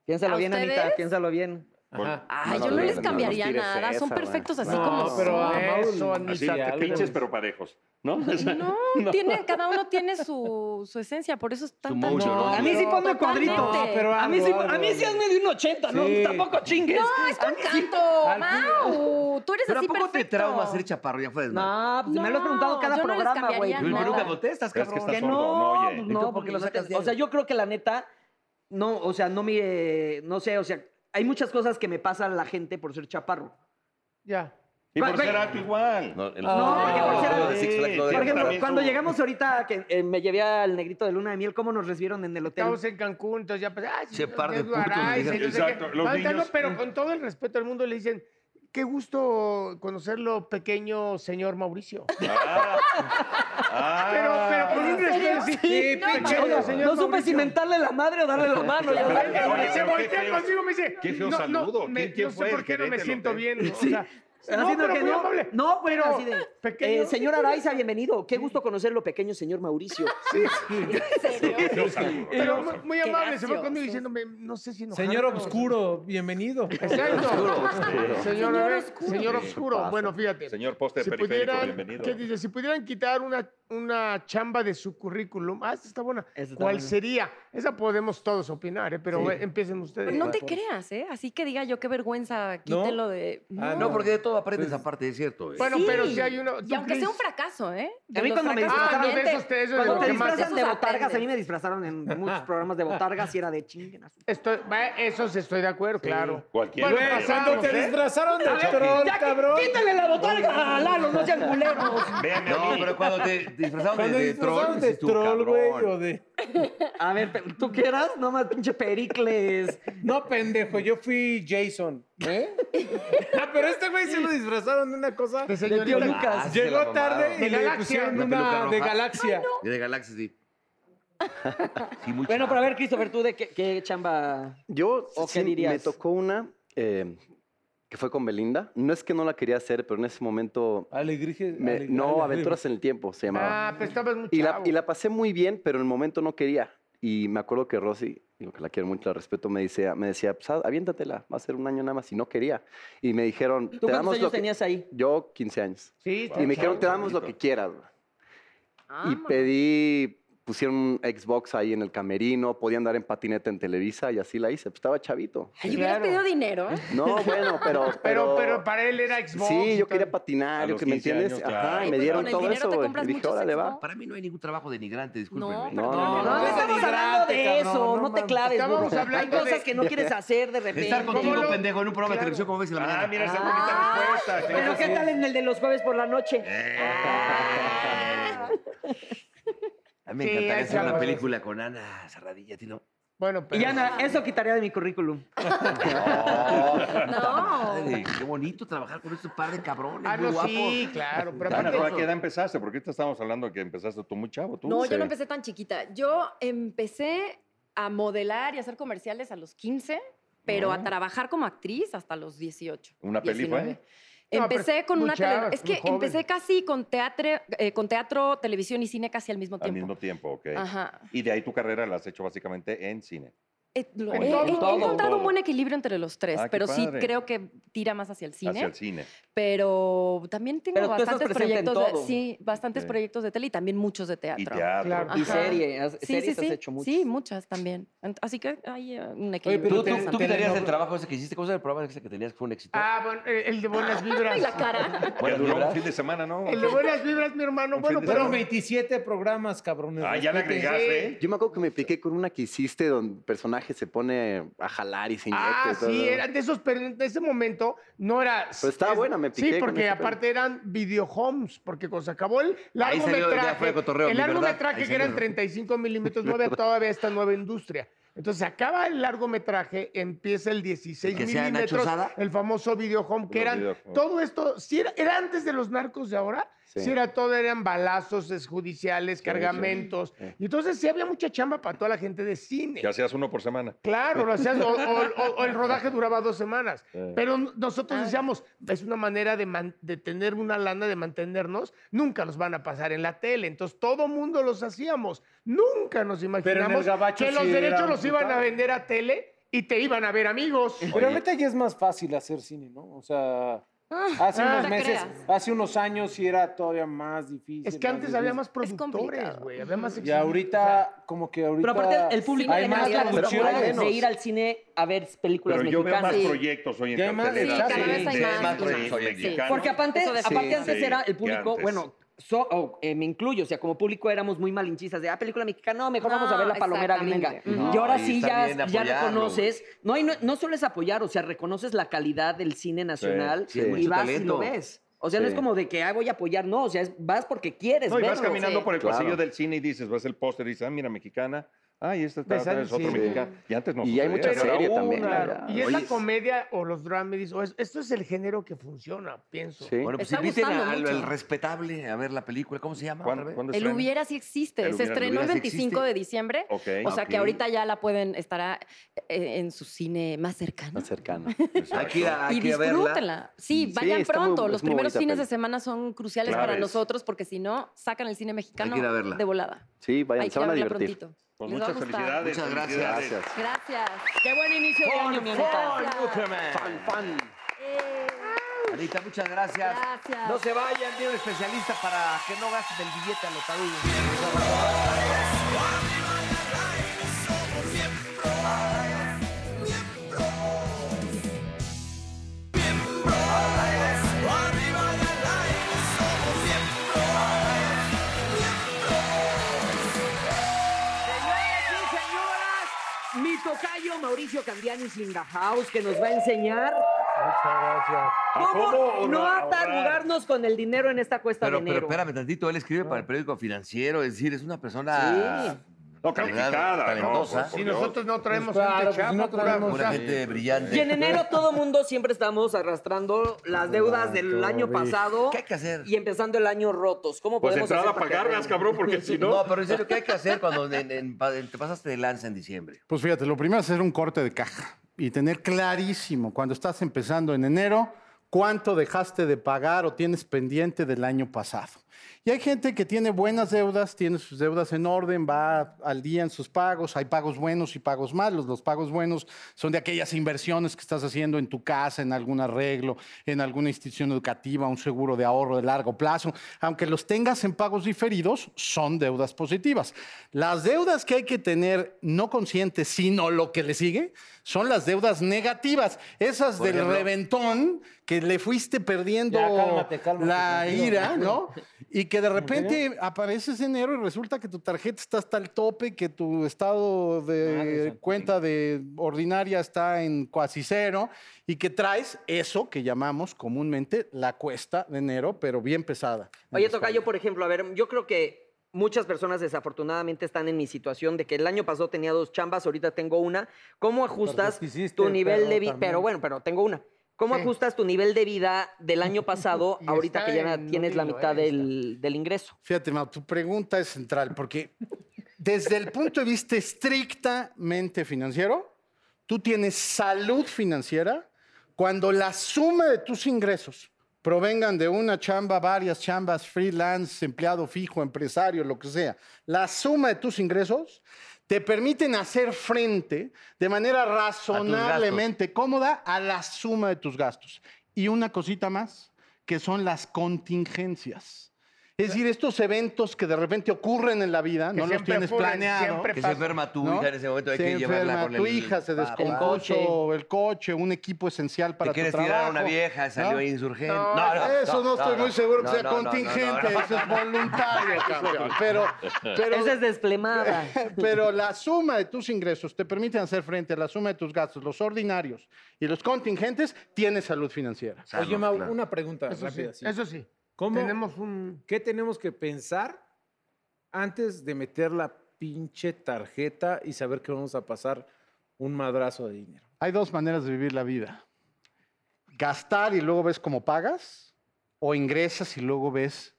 Speaker 6: Piénsalo
Speaker 10: ¿A
Speaker 6: bien, Anita,
Speaker 10: ustedes?
Speaker 6: piénsalo bien.
Speaker 1: Ajá.
Speaker 10: Ay,
Speaker 9: No,
Speaker 10: yo
Speaker 9: no,
Speaker 10: no les
Speaker 9: no,
Speaker 10: cambiaría
Speaker 9: no tires
Speaker 10: nada. Son
Speaker 9: esa,
Speaker 10: perfectos así
Speaker 9: güey.
Speaker 10: como
Speaker 1: No,
Speaker 10: son.
Speaker 1: pero a Mauro
Speaker 5: Eso,
Speaker 1: le-
Speaker 4: Así,
Speaker 5: Anita,
Speaker 1: sí, algo.
Speaker 4: pinches, pero parejos. ¿No? O sea,
Speaker 10: No, tiene- cada uno tiene su, su esencia, por eso están tan
Speaker 2: mojo, ¿no?
Speaker 10: chingones.
Speaker 6: A mí sí ponme
Speaker 10: Totalmente.
Speaker 6: cuadritos.
Speaker 1: No, pero
Speaker 6: A mí, sí,
Speaker 1: algo,
Speaker 6: a mí
Speaker 1: algo.
Speaker 6: sí hazme de un 80, ¿no?
Speaker 1: Sí.
Speaker 6: Tampoco chingues.
Speaker 10: No, es con canto. Mau, tú eres
Speaker 2: Pero ¿a
Speaker 10: así
Speaker 2: poco
Speaker 10: perfecto.
Speaker 2: te trauma ser chaparro? Ya fuera de madre.
Speaker 6: No, pues me lo has preguntado cada
Speaker 10: yo no les
Speaker 6: programa, güey.
Speaker 10: cambiaría
Speaker 2: Pero
Speaker 10: nada.
Speaker 2: nunca contestas,
Speaker 4: Es que
Speaker 2: cabrón.
Speaker 4: estás
Speaker 6: Que
Speaker 4: sordo,
Speaker 6: no,
Speaker 4: no,
Speaker 6: pues
Speaker 4: oye.
Speaker 2: ¿Y tú
Speaker 6: no,
Speaker 2: por qué
Speaker 6: porque
Speaker 2: lo
Speaker 6: no te-
Speaker 2: sacas
Speaker 6: O sea, yo creo que la neta, no, o sea, no me, no sé, o sea, hay muchas cosas que me pasa a la gente por ser chaparro.
Speaker 5: Ya.
Speaker 4: Y por ser alto igual.
Speaker 2: No, el-
Speaker 6: No, porque por ser alto-
Speaker 2: el Six Flags no
Speaker 4: Sí,
Speaker 6: Por
Speaker 2: deja
Speaker 6: ejemplo,
Speaker 2: entrar.
Speaker 4: también
Speaker 6: cuando
Speaker 4: tú.
Speaker 6: llegamos ahorita, que eh, me llevé al negrito de luna de miel, ¿cómo nos recibieron en el hotel?
Speaker 5: Estamos en Cancún, entonces ya pues, ay,
Speaker 2: Che, par de
Speaker 5: Dios
Speaker 2: putos,
Speaker 5: Garay,
Speaker 2: dijeron.
Speaker 5: y no sé qué.
Speaker 4: Exacto, los
Speaker 5: Manta, no,
Speaker 4: niños-
Speaker 5: pero con todo el respeto del mundo le dicen, qué gusto conocerlo, pequeño señor Mauricio.
Speaker 4: Ah. Ah.
Speaker 5: Pero, pero con un respeto, sí,
Speaker 1: Sí,
Speaker 5: pequeño
Speaker 1: pinche-
Speaker 6: no,
Speaker 5: señor
Speaker 6: no supe si
Speaker 5: Mauricio.
Speaker 6: mentarle la madre o darle la mano. ya
Speaker 5: Ay,
Speaker 6: sabes.
Speaker 4: Pero,
Speaker 5: cabrón, Se
Speaker 4: pero qué
Speaker 5: voltea
Speaker 4: feo-
Speaker 5: conmigo y me dice,
Speaker 4: qué feo
Speaker 5: no,
Speaker 4: saludo,
Speaker 5: no, me-
Speaker 4: ¿quién- quién
Speaker 5: no sé
Speaker 4: fue?
Speaker 5: por qué no me
Speaker 4: Gerente,
Speaker 5: siento
Speaker 4: lo que-
Speaker 5: bien. ¿no? O
Speaker 6: Sí.
Speaker 5: sea,
Speaker 6: Están
Speaker 5: no,
Speaker 6: haciendo
Speaker 5: pero
Speaker 6: que
Speaker 5: muy
Speaker 6: no.
Speaker 5: amable.
Speaker 6: No, bueno,
Speaker 5: Pero,
Speaker 6: así de,
Speaker 5: pequeño-
Speaker 6: eh, señor Araiza, bienvenido. Qué gusto conocerlo, pequeño señor Mauricio.
Speaker 8: ¿En serio?
Speaker 4: Qué feo saludo, qué
Speaker 5: Pero
Speaker 4: feo
Speaker 5: muy,
Speaker 4: saludo.
Speaker 5: muy
Speaker 8: Qué
Speaker 5: amable, se fue
Speaker 8: gracioso.
Speaker 5: conmigo diciéndome, no sé si enojarme
Speaker 1: Señor
Speaker 5: o-
Speaker 1: Obscuro, bienvenido.
Speaker 5: Exacto. Señor,
Speaker 10: Señor
Speaker 5: Abel,
Speaker 10: Oscuro.
Speaker 5: señor
Speaker 2: Sí,
Speaker 5: Oscuro.
Speaker 2: pasa.
Speaker 5: Bueno, fíjate.
Speaker 4: Señor poste
Speaker 5: si
Speaker 4: periférico,
Speaker 5: pudieran,
Speaker 4: bienvenido.
Speaker 5: ¿qué dice? Si pudieran quitar una, una chamba de su currículum, ah, esta está buena.
Speaker 6: Esta está
Speaker 5: ¿Cuál
Speaker 6: buena.
Speaker 5: sería? Esa podemos todos opinar, ¿eh? pero eh, empiecen ustedes.
Speaker 10: No te creas, ¿eh? Así que diga yo qué vergüenza,
Speaker 1: ¿No?
Speaker 10: quítelo de.
Speaker 1: Ah,
Speaker 2: No, porque de todo aprendes aparte, es cierto. eh.
Speaker 5: Bueno, pero si hay uno.
Speaker 10: Y
Speaker 5: tú,
Speaker 10: aunque sea un
Speaker 5: Cris.
Speaker 10: fracaso, ¿eh? De
Speaker 6: A mí
Speaker 10: los
Speaker 6: cuando me
Speaker 10: fracasos
Speaker 6: disfrazaron-
Speaker 5: Ah, no, de
Speaker 10: también
Speaker 5: esos, de esos, de
Speaker 6: Cuando
Speaker 5: los
Speaker 6: te
Speaker 5: que más.
Speaker 6: disfrazan de
Speaker 10: Esos
Speaker 6: botargas, a mí
Speaker 10: aprendes.
Speaker 6: me disfrazaron en muchos programas de botargas y era de chinguen a su-
Speaker 5: Estoy, va, esos estoy de acuerdo, claro.
Speaker 4: Cualquiera.
Speaker 1: Güey,
Speaker 5: Bueno,
Speaker 1: cuando
Speaker 5: pasamos,
Speaker 1: te
Speaker 5: ¿eh?
Speaker 1: disfrazaron de
Speaker 6: ver,
Speaker 1: troll,
Speaker 6: ya que-
Speaker 1: cabrón.
Speaker 6: Quítale la botarga a Lalo, no sean culeros.
Speaker 4: Véanme a
Speaker 2: No,
Speaker 4: mí.
Speaker 2: pero cuando te disfrazaron de,
Speaker 1: Cuando
Speaker 2: de
Speaker 1: disfrazaron
Speaker 2: troll,
Speaker 1: de
Speaker 2: dices tú,
Speaker 1: troll, güey,
Speaker 2: cabrón.
Speaker 1: o de...
Speaker 6: A ver, pe- ¿tú qué eras? No más pinche Pericles.
Speaker 1: No, pendejo, yo fui Jason. ¿Eh? Ah, pero este güey se lo disfrazaron de una cosa.
Speaker 5: De
Speaker 6: De tío
Speaker 4: Ah,
Speaker 5: señorita.
Speaker 6: Lucas.
Speaker 2: se la
Speaker 1: Llegó tarde
Speaker 5: De
Speaker 1: y le
Speaker 5: Galaxia,
Speaker 1: pusieron
Speaker 5: la
Speaker 1: una
Speaker 2: peluca
Speaker 1: de
Speaker 2: roja.
Speaker 1: galaxia.
Speaker 2: Y de Galaxy, sí. Sí, muy
Speaker 6: Bueno,
Speaker 2: chato.
Speaker 6: pero a ver, Christopher, ¿tú de qué, qué chamba?
Speaker 9: Yo
Speaker 6: ¿O
Speaker 9: sí
Speaker 6: qué dirías?
Speaker 9: me tocó una eh, que fue con Belinda. No es que no la quería hacer, pero en ese momento...
Speaker 1: Alegrije.
Speaker 9: me-
Speaker 1: aleg-
Speaker 9: no,
Speaker 1: alegre-
Speaker 9: Aventuras en el Tiempo se llamaba.
Speaker 5: Ah, pero estabas muy
Speaker 9: y, la,
Speaker 5: chavo.
Speaker 9: y la pasé muy bien, pero en el momento no quería. Y me acuerdo que Rosy, digo que la quiero mucho, la respeto, me, dice, me decía, pues ah, aviéntatela, va a ser un año nada más. Y no quería. Y me dijeron,
Speaker 6: ¿Tú cuántos
Speaker 9: damos lo
Speaker 6: años
Speaker 9: que-
Speaker 6: tenías ahí?
Speaker 9: Yo 15 años.
Speaker 5: Sí,
Speaker 9: Y me
Speaker 4: chavo,
Speaker 9: dijeron, te damos lo
Speaker 4: chavito.
Speaker 9: que quieras. güey". Y
Speaker 10: Vámonos.
Speaker 9: pedí pusieron un Xbox ahí en el camerino, podía andar en patineta en Televisa y así la hice. Pues estaba chavito.
Speaker 10: Ay, hubieras pedido dinero.
Speaker 9: No, bueno, pero...
Speaker 5: Pero, pero para él era Xbox.
Speaker 9: Sí,
Speaker 5: y
Speaker 9: yo
Speaker 5: todo.
Speaker 9: quería patinar,
Speaker 4: A
Speaker 9: yo
Speaker 4: los
Speaker 9: que me
Speaker 4: 15
Speaker 9: entiendes.
Speaker 4: años, claro.
Speaker 9: Ajá,
Speaker 4: Ay,
Speaker 9: y me
Speaker 10: pero
Speaker 9: dieron
Speaker 10: con el
Speaker 9: todo
Speaker 10: dinero
Speaker 9: eso.
Speaker 10: te
Speaker 9: güey.
Speaker 10: compras
Speaker 9: Y dije,
Speaker 10: muchos
Speaker 9: órale, va.
Speaker 10: Xbox.
Speaker 2: Para mí no hay ningún trabajo denigrante, discúlpenme.
Speaker 10: No,
Speaker 9: No,
Speaker 10: perdón.
Speaker 9: no,
Speaker 6: No, no estamos hablando de eso, no, te claves.
Speaker 5: Estábamos
Speaker 6: burro. Hay
Speaker 5: hablando
Speaker 6: cosas
Speaker 5: de-
Speaker 6: que no quieres hacer de repente.
Speaker 2: Estar contigo,
Speaker 5: ¿Cómo lo-
Speaker 2: pendejo, en un programa de televisión como ves en la mañana.
Speaker 4: Ah, mira esa bonita respuesta.
Speaker 6: Pero
Speaker 4: claro. Eh,
Speaker 6: qué tal en el de los jueves por la noche.
Speaker 2: A mí me
Speaker 5: Sí,
Speaker 2: encantaría
Speaker 5: ahí
Speaker 2: hacer una
Speaker 5: estamos.
Speaker 2: película con Ana Cerradilla, ¿a ti no?
Speaker 5: Bueno, pero...
Speaker 6: Y Ana, eso quitaría de mi currículum.
Speaker 2: puta
Speaker 10: No.
Speaker 2: madre, Qué bonito trabajar con este par de cabrones,
Speaker 5: Ah,
Speaker 2: muy
Speaker 5: no,
Speaker 2: guapos.
Speaker 5: sí, claro. Pero
Speaker 4: Ana,
Speaker 5: aparte...
Speaker 4: ¿tú ¿a qué edad empezaste? Porque ahorita estábamos hablando de que empezaste tú muy chavo. Tú.
Speaker 10: No, yo
Speaker 4: Sí.
Speaker 10: no empecé tan chiquita. Yo empecé a modelar y a hacer comerciales a los 15, pero a trabajar como actriz hasta los 18.
Speaker 4: ¿Una peli fue?
Speaker 10: 19.
Speaker 5: No, pero
Speaker 10: Empecé con
Speaker 5: muy
Speaker 10: una
Speaker 5: chava,
Speaker 10: telenovela. Es
Speaker 5: muy
Speaker 10: que
Speaker 5: joven.
Speaker 10: empecé casi con teatro, eh, con teatro, televisión y cine casi al mismo
Speaker 4: Al
Speaker 10: tiempo.
Speaker 4: mismo tiempo, ok.
Speaker 10: Ajá.
Speaker 4: Y de ahí tu carrera la has hecho básicamente en cine.
Speaker 10: Eh, lo-
Speaker 4: En
Speaker 10: he-
Speaker 4: todo,
Speaker 10: he- he
Speaker 4: todo,
Speaker 10: encontrado
Speaker 4: todo.
Speaker 10: un buen equilibrio entre los tres,
Speaker 4: Ah, qué
Speaker 10: pero sí
Speaker 4: padre.
Speaker 10: creo que tira más hacia el cine.
Speaker 4: Hacia el cine.
Speaker 10: Pero también tengo
Speaker 6: Pero tú estás
Speaker 10: bastantes
Speaker 6: presente en
Speaker 10: proyectos. De,
Speaker 6: todo.
Speaker 10: sí, bastantes
Speaker 4: Ok.
Speaker 10: proyectos de tele y también muchos de teatro.
Speaker 4: Y teatro.
Speaker 5: Claro.
Speaker 6: Y
Speaker 10: Ajá.
Speaker 6: serie, has- series has hecho mucho.
Speaker 10: Sí, muchas también. Ent- Así que hay eh, un equilibrio.
Speaker 2: ¿Tú, tú,
Speaker 10: interesante.
Speaker 2: tú quitarías el trabajo ese que hiciste? ¿Cómo se llama el programa ese que tenías que fue un éxito?
Speaker 5: Ah, bueno, eh, el de buenas vibras.
Speaker 10: Ay, la cara.
Speaker 4: Que
Speaker 2: Buenas
Speaker 4: duró un
Speaker 2: vibras.
Speaker 4: fin de semana, ¿no?
Speaker 5: El de buenas vibras, mi hermano.
Speaker 4: Un
Speaker 5: Bueno,
Speaker 4: fin de
Speaker 1: Fueron
Speaker 5: pero...
Speaker 4: semana.
Speaker 1: 27 programas, cabrones.
Speaker 4: Ah, ya le
Speaker 1: respeten.
Speaker 4: agregaste. ¿eh?
Speaker 9: Yo me acuerdo que me piqué con una que hiciste donde el personaje se pone a jalar y se inyecta.
Speaker 5: Ah,
Speaker 9: y todo.
Speaker 5: sí, eran de esos, pero en ese momento no era...
Speaker 9: Pero estaba
Speaker 5: es-
Speaker 9: buena, me piqué
Speaker 5: Sí,
Speaker 9: con
Speaker 5: porque
Speaker 9: ese
Speaker 5: aparte eran videohomes, porque cuando se acabó el
Speaker 2: Ahí salió de
Speaker 5: largometraje...
Speaker 2: afuera de Cotorreo,
Speaker 5: el
Speaker 2: mi verdad.
Speaker 5: largometraje
Speaker 2: Ahí
Speaker 5: que
Speaker 2: salió.
Speaker 5: eran 35 milímetros, no había todavía esta nueva industria. Entonces acaba el largometraje, empieza el 16
Speaker 2: Que sea Nacho
Speaker 5: milímetros,
Speaker 2: Sada.
Speaker 5: el famoso videohome, que
Speaker 4: Los
Speaker 5: eran...
Speaker 4: videohome.
Speaker 5: Todo esto, si era, era antes de los narcos de ahora,
Speaker 9: Sí.
Speaker 5: si era todo, eran balazos es judiciales, cargamentos. Y entonces sí había mucha chamba para toda la gente de cine.
Speaker 4: Que hacías uno por semana.
Speaker 5: Claro, lo hacías, o, o- o- o el rodaje duraba dos semanas.
Speaker 4: Eh.
Speaker 5: Pero n- nosotros decíamos, es una manera de, man- de tener una lana, de mantenernos, nunca nos van a pasar en la tele. Entonces todo mundo los hacíamos. Nunca nos imaginamos
Speaker 1: gabacho
Speaker 5: que los
Speaker 1: sí
Speaker 5: derechos
Speaker 1: era
Speaker 5: los iban a
Speaker 1: brutal.
Speaker 5: vender a tele y te iban a ver amigos.
Speaker 1: Pero ahorita ya es más fácil hacer cine, ¿no? O sea, hace
Speaker 5: Ah.
Speaker 1: unos
Speaker 10: No te
Speaker 1: meses,
Speaker 10: creas.
Speaker 1: hace unos años sí era todavía más difícil.
Speaker 5: Es que antes había más productores,
Speaker 10: complicado.
Speaker 5: güey. Había más
Speaker 1: Y
Speaker 5: exhibi- o
Speaker 1: ahorita,
Speaker 5: sea,
Speaker 1: como que ahorita.
Speaker 6: Pero aparte, el público
Speaker 1: hay
Speaker 6: tiene
Speaker 1: más
Speaker 6: más la
Speaker 1: producción.
Speaker 6: cultura de
Speaker 1: menos.
Speaker 6: ir al cine a ver películas
Speaker 4: Pero yo veo
Speaker 6: mexicanas.
Speaker 4: más
Speaker 10: Sí.
Speaker 4: proyectos hoy en
Speaker 1: Ya hay más-
Speaker 4: cartelera
Speaker 1: sí,
Speaker 4: de-
Speaker 1: cada vez hay
Speaker 4: de-
Speaker 2: más.
Speaker 4: de-
Speaker 2: Sí,
Speaker 4: de-
Speaker 2: sí.
Speaker 4: mexicanos.
Speaker 6: Porque aparte,
Speaker 10: Eso definitivamente.
Speaker 6: aparte antes
Speaker 4: Sí,
Speaker 6: era el
Speaker 4: que
Speaker 6: público,
Speaker 4: antes.
Speaker 6: bueno, so- o, eh, me incluyo, o sea, como público éramos muy malinchistas de, ah, película mexicana, no, mejor vamos a ver la
Speaker 10: No,
Speaker 6: palomera gringa.
Speaker 10: exactamente.
Speaker 2: Ujú.
Speaker 6: y ahora
Speaker 2: No, y
Speaker 6: sí
Speaker 2: está
Speaker 6: ya,
Speaker 2: bien
Speaker 6: ya
Speaker 2: apoyarlo.
Speaker 6: reconoces, no, y no, no solo es apoyar, o sea, reconoces la calidad del cine nacional
Speaker 2: sí,
Speaker 6: y
Speaker 2: mucho
Speaker 6: vas y
Speaker 2: talento.
Speaker 6: lo ves. O sea, no
Speaker 9: Sí.
Speaker 6: es como de que ah, voy a apoyar, no, o sea, es- vas porque quieres
Speaker 4: No, y vas
Speaker 6: verlo.
Speaker 4: caminando
Speaker 10: sí.
Speaker 4: por el
Speaker 9: Claro.
Speaker 4: pasillo del cine y dices, ves el póster y dices, ah, mira, mexicana. Ay, esta está,
Speaker 5: Ves al
Speaker 4: es otro
Speaker 5: cine.
Speaker 4: mexicano. Y antes no
Speaker 9: Y hay
Speaker 4: sucedía,
Speaker 9: mucha
Speaker 4: era
Speaker 9: serie
Speaker 4: una.
Speaker 9: también,
Speaker 5: claro.
Speaker 9: ya.
Speaker 5: Y es
Speaker 9: Oye,
Speaker 5: la comedia o los dramas, o es- esto es el género que funciona, pienso.
Speaker 9: Sí.
Speaker 2: Bueno, pues
Speaker 10: Está
Speaker 2: inviten a-
Speaker 10: gustando
Speaker 2: al
Speaker 10: mucho.
Speaker 2: al respetable a ver la película. ¿Cómo se llama?
Speaker 4: ¿Cuándo-
Speaker 2: otra vez?
Speaker 4: cuándo
Speaker 10: El
Speaker 4: estrena?
Speaker 10: hubiera sí existe.
Speaker 4: El
Speaker 10: se
Speaker 4: hubiera- el
Speaker 10: estrenó el
Speaker 2: hubiera sí
Speaker 10: 25
Speaker 2: existe.
Speaker 10: de diciembre.
Speaker 4: Ok.
Speaker 10: O sea que
Speaker 2: ok.
Speaker 10: ahorita ya la pueden estar a- eh, en su cine más cercano.
Speaker 9: Más cercana.
Speaker 4: Exacto.
Speaker 2: Hay que ir a, hay
Speaker 10: Y
Speaker 2: que ir a verla.
Speaker 10: disfrútenla. Sí,
Speaker 9: Sí,
Speaker 10: vayan
Speaker 9: está muy-
Speaker 10: pronto.
Speaker 9: es
Speaker 10: Los
Speaker 9: muy
Speaker 10: primeros
Speaker 9: bonita
Speaker 10: fines
Speaker 9: peli.
Speaker 10: de semana son cruciales
Speaker 4: Claro
Speaker 10: para
Speaker 4: es.
Speaker 10: nosotros porque si no, sacan el cine mexicano
Speaker 2: ir a verla.
Speaker 10: de volada.
Speaker 9: Sí, vayan,
Speaker 10: Hay que
Speaker 9: se
Speaker 10: ir
Speaker 9: van
Speaker 10: a
Speaker 9: a
Speaker 10: verla
Speaker 9: divertir.
Speaker 10: prontito.
Speaker 4: Pues
Speaker 10: Les va a
Speaker 4: muchas
Speaker 10: gustar.
Speaker 4: felicidades.
Speaker 2: Muchas gracias.
Speaker 4: felicidades.
Speaker 9: Gracias.
Speaker 10: Gracias.
Speaker 6: Qué buen inicio de año, mi
Speaker 2: Fun,
Speaker 6: Anita.
Speaker 10: Gracias.
Speaker 2: Newcomer.
Speaker 9: Fan.
Speaker 10: Eh,
Speaker 2: Anita, muchas gracias.
Speaker 10: Gracias.
Speaker 2: No se vayan, viene un especialista para que no gasten el billete a los tarudos.
Speaker 6: Señoras y señoras, mi tocayo Mauricio Candiani Singahouse, que nos va a enseñar cómo no atarugarnos con el dinero en esta cuesta
Speaker 2: Pero,
Speaker 6: de
Speaker 2: pero
Speaker 6: enero.
Speaker 2: espérame tantito, él escribe para el periódico financiero, es decir, es una persona
Speaker 4: No,
Speaker 2: de verdad,
Speaker 4: calificada.
Speaker 2: talentosa.
Speaker 4: no, por
Speaker 5: Si
Speaker 4: Dios.
Speaker 5: nosotros no traemos
Speaker 1: Pues claro,
Speaker 5: gente
Speaker 1: pues
Speaker 5: chapa,
Speaker 1: no
Speaker 5: pura-
Speaker 1: traemos-
Speaker 5: o
Speaker 2: una
Speaker 5: sea,
Speaker 2: gente
Speaker 6: Y
Speaker 2: brillante.
Speaker 6: en enero todo mundo siempre estamos arrastrando las deudas del año pasado
Speaker 2: ¿Qué hay que hacer?
Speaker 6: y empezando el año rotos. ¿Cómo
Speaker 4: Pues
Speaker 6: podemos
Speaker 4: entrar a
Speaker 6: hacer para
Speaker 4: pagarlas,
Speaker 6: que-
Speaker 4: cabrón, porque si
Speaker 2: No,
Speaker 4: no.
Speaker 2: pero en serio, ¿qué hay que hacer cuando en- en- pa- te pasaste de lanza en diciembre?
Speaker 11: Pues fíjate, lo primero es hacer un corte de caja y tener clarísimo cuando estás empezando en enero cuánto dejaste de pagar o tienes pendiente del año pasado. Y hay gente que tiene buenas deudas, tiene sus deudas en orden, va al día en sus pagos, hay pagos buenos y pagos malos. Los pagos buenos son de aquellas inversiones que estás haciendo en tu casa, en algún arreglo, en alguna institución educativa, un seguro de ahorro de largo plazo. Aunque los tengas en pagos diferidos, son deudas positivas. Las deudas que hay que tener no conscientes, sino lo que le sigue, son las deudas negativas, esas
Speaker 12: Por
Speaker 11: del
Speaker 12: ejemplo.
Speaker 11: reventón que le fuiste perdiendo
Speaker 12: Ya, cálmate, cálmate,
Speaker 11: la
Speaker 12: tranquilo.
Speaker 11: ira, ¿no? Y que de repente apareces enero y resulta que tu tarjeta está hasta el tope, que tu estado
Speaker 13: Ah,
Speaker 11: de cuenta de ordinaria está en cuasi cero y que traes eso que llamamos comúnmente la cuesta de enero, pero bien pesada.
Speaker 13: Oye, Tocayo, por ejemplo, a ver, yo creo que muchas personas desafortunadamente están en mi situación de que el año pasado tenía dos chambas, ahorita tengo una. ¿Cómo
Speaker 11: pues
Speaker 13: ajustas tu
Speaker 6: el
Speaker 13: nivel
Speaker 6: perro
Speaker 13: de vida?
Speaker 6: también.
Speaker 13: Pero bueno, pero tengo una. ¿Cómo
Speaker 6: Sí.
Speaker 13: ajustas tu nivel de vida del año pasado,
Speaker 11: Y
Speaker 13: ahorita
Speaker 11: está
Speaker 13: que ya
Speaker 11: en
Speaker 13: tienes
Speaker 11: un
Speaker 13: la
Speaker 11: hilo,
Speaker 13: mitad
Speaker 11: eh,
Speaker 13: del, del ingreso?
Speaker 11: Fíjate, Mau, tu pregunta es central porque desde el punto de vista estrictamente financiero, tú tienes salud financiera cuando la suma de tus ingresos provengan de una chamba, varias chambas, freelance, empleado fijo, empresario, lo que sea, la suma de tus ingresos te permiten hacer frente de manera razonablemente cómoda a la suma de tus gastos. Y una cosita más, que son las contingencias. Es decir, estos eventos que de repente ocurren en la vida,
Speaker 5: Que
Speaker 11: no los
Speaker 5: siempre
Speaker 11: tienes
Speaker 5: ocurren,
Speaker 11: planeados.
Speaker 5: siempre Que se pasan.
Speaker 2: enferma tu hija en ese momento, hay
Speaker 11: se
Speaker 2: que llevarla
Speaker 11: enferma
Speaker 2: con
Speaker 11: tu
Speaker 2: el
Speaker 11: hija, se
Speaker 2: papá. El
Speaker 11: descompuso el coche, un equipo esencial para tu
Speaker 2: Te quieres
Speaker 11: trabajo.
Speaker 2: tirar a una vieja, salió
Speaker 11: ¿no?
Speaker 2: insurgente.
Speaker 11: No,
Speaker 2: No, no,
Speaker 11: eso no,
Speaker 2: no,
Speaker 11: estoy
Speaker 2: no,
Speaker 11: muy seguro que
Speaker 2: no,
Speaker 11: sea
Speaker 2: no, no, no,
Speaker 11: contingente,
Speaker 2: no, no.
Speaker 11: eso es voluntario, campeón. Pero, pero,
Speaker 13: Esa es desplomada.
Speaker 11: pero la suma de tus ingresos te permiten hacer frente a la suma de tus gastos, los ordinarios y los contingentes, tienes salud financiera.
Speaker 1: Oye, Mau, una pregunta
Speaker 11: Eso sí,
Speaker 1: rápida.
Speaker 11: eso sí.
Speaker 1: ¿Cómo,
Speaker 11: Tenemos
Speaker 1: ¿Qué tenemos que pensar antes de meter la pinche tarjeta y saber que vamos a pasar un madrazo de dinero?
Speaker 11: Hay dos maneras de vivir la vida. Gastar y luego ves cómo pagas, o ingresas y luego ves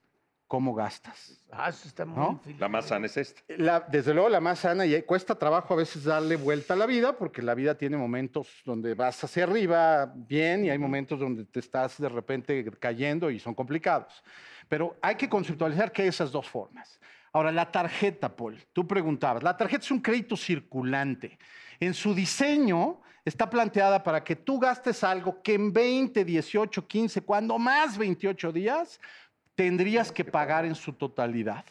Speaker 11: cómo gastas.
Speaker 5: Ah, eso está muy
Speaker 11: ¿No?
Speaker 5: difícil.
Speaker 4: La más sana es esta.
Speaker 11: La- desde luego la más sana y eh, cuesta trabajo a veces darle vuelta a la vida porque la vida tiene momentos donde vas hacia arriba bien y hay momentos donde te estás de repente cayendo y son complicados. Pero hay que conceptualizar que hay esas dos formas. Ahora, la tarjeta, Paul, tú preguntabas, la tarjeta es un crédito circulante. En su diseño está planteada para que tú gastes algo que en 20, 18, 15, cuando más 28 días, tendrías que pagar en su totalidad.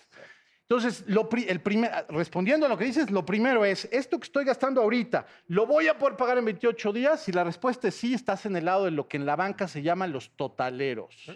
Speaker 11: Entonces, lo pri- el primer, ah, respondiendo a lo que dices, lo primero es, esto que estoy gastando ahorita, ¿lo voy a poder pagar en 28 días? Y la respuesta es sí, estás en el lado de lo que en la banca se llaman los totaleros.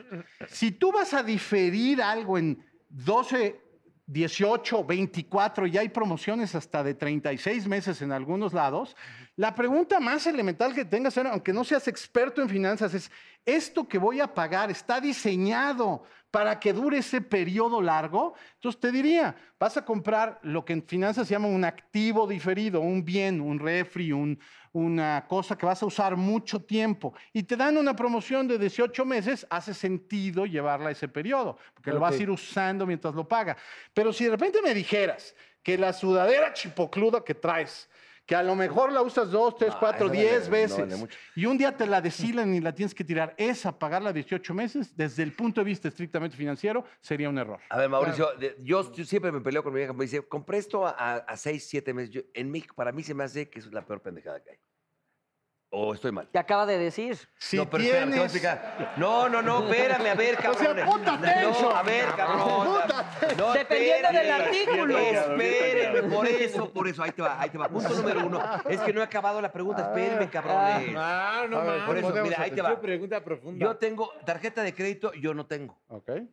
Speaker 11: Si tú vas a diferir algo en 12, 18, 24 y hay promociones hasta de 36 meses en algunos lados, la pregunta más elemental que tengas, aunque no seas experto en finanzas, es, ¿esto que voy a pagar está diseñado para que dure ese periodo largo? Entonces te diría, vas a comprar lo que en finanzas se llama un activo diferido, un bien, un refri, un- una cosa que vas a usar mucho tiempo y te dan una promoción de 18 meses, hace sentido llevarla a ese periodo, porque lo vas a
Speaker 1: Ok.
Speaker 11: ir usando mientras lo paga. Pero si de repente me dijeras que la sudadera chipocluda que traes, que a lo mejor la usas dos, tres, cuatro,
Speaker 2: esa
Speaker 11: diez
Speaker 2: vale- no
Speaker 11: veces,
Speaker 2: vale mucho.
Speaker 11: y un día te la deshilan y la tienes que tirar, esa, pagarla 18 meses, desde el punto de vista estrictamente financiero, sería un error.
Speaker 2: A ver, Mauricio, de- yo, yo siempre me peleo con mi vieja. Me dice, compré esto a, a, a seis, siete meses. Yo- en México, para mí se me hace que es la peor pendejada que hay. O estoy mal.
Speaker 13: Te acaba de decir.
Speaker 11: Si
Speaker 2: no, pero espérame, te voy a explicar. No, no, no, espérame, a ver,
Speaker 13: O sea,
Speaker 2: cabrón.
Speaker 13: apúntate
Speaker 2: No,
Speaker 13: eso.
Speaker 2: a ver, cabrón.
Speaker 13: Apúntate.
Speaker 2: No,
Speaker 13: Dependiendo del
Speaker 2: espérenme,
Speaker 13: artículo.
Speaker 2: Espérenme, por eso, por eso. Ahí te va, ahí te va. Punto número uno. Es que no he acabado la pregunta. Espérenme, cabrones.
Speaker 1: Ah, no
Speaker 2: A ver,
Speaker 1: mames.
Speaker 2: Por eso, mira, ahí te va.
Speaker 1: pregunta profunda.
Speaker 2: Yo tengo tarjeta de crédito, yo no tengo.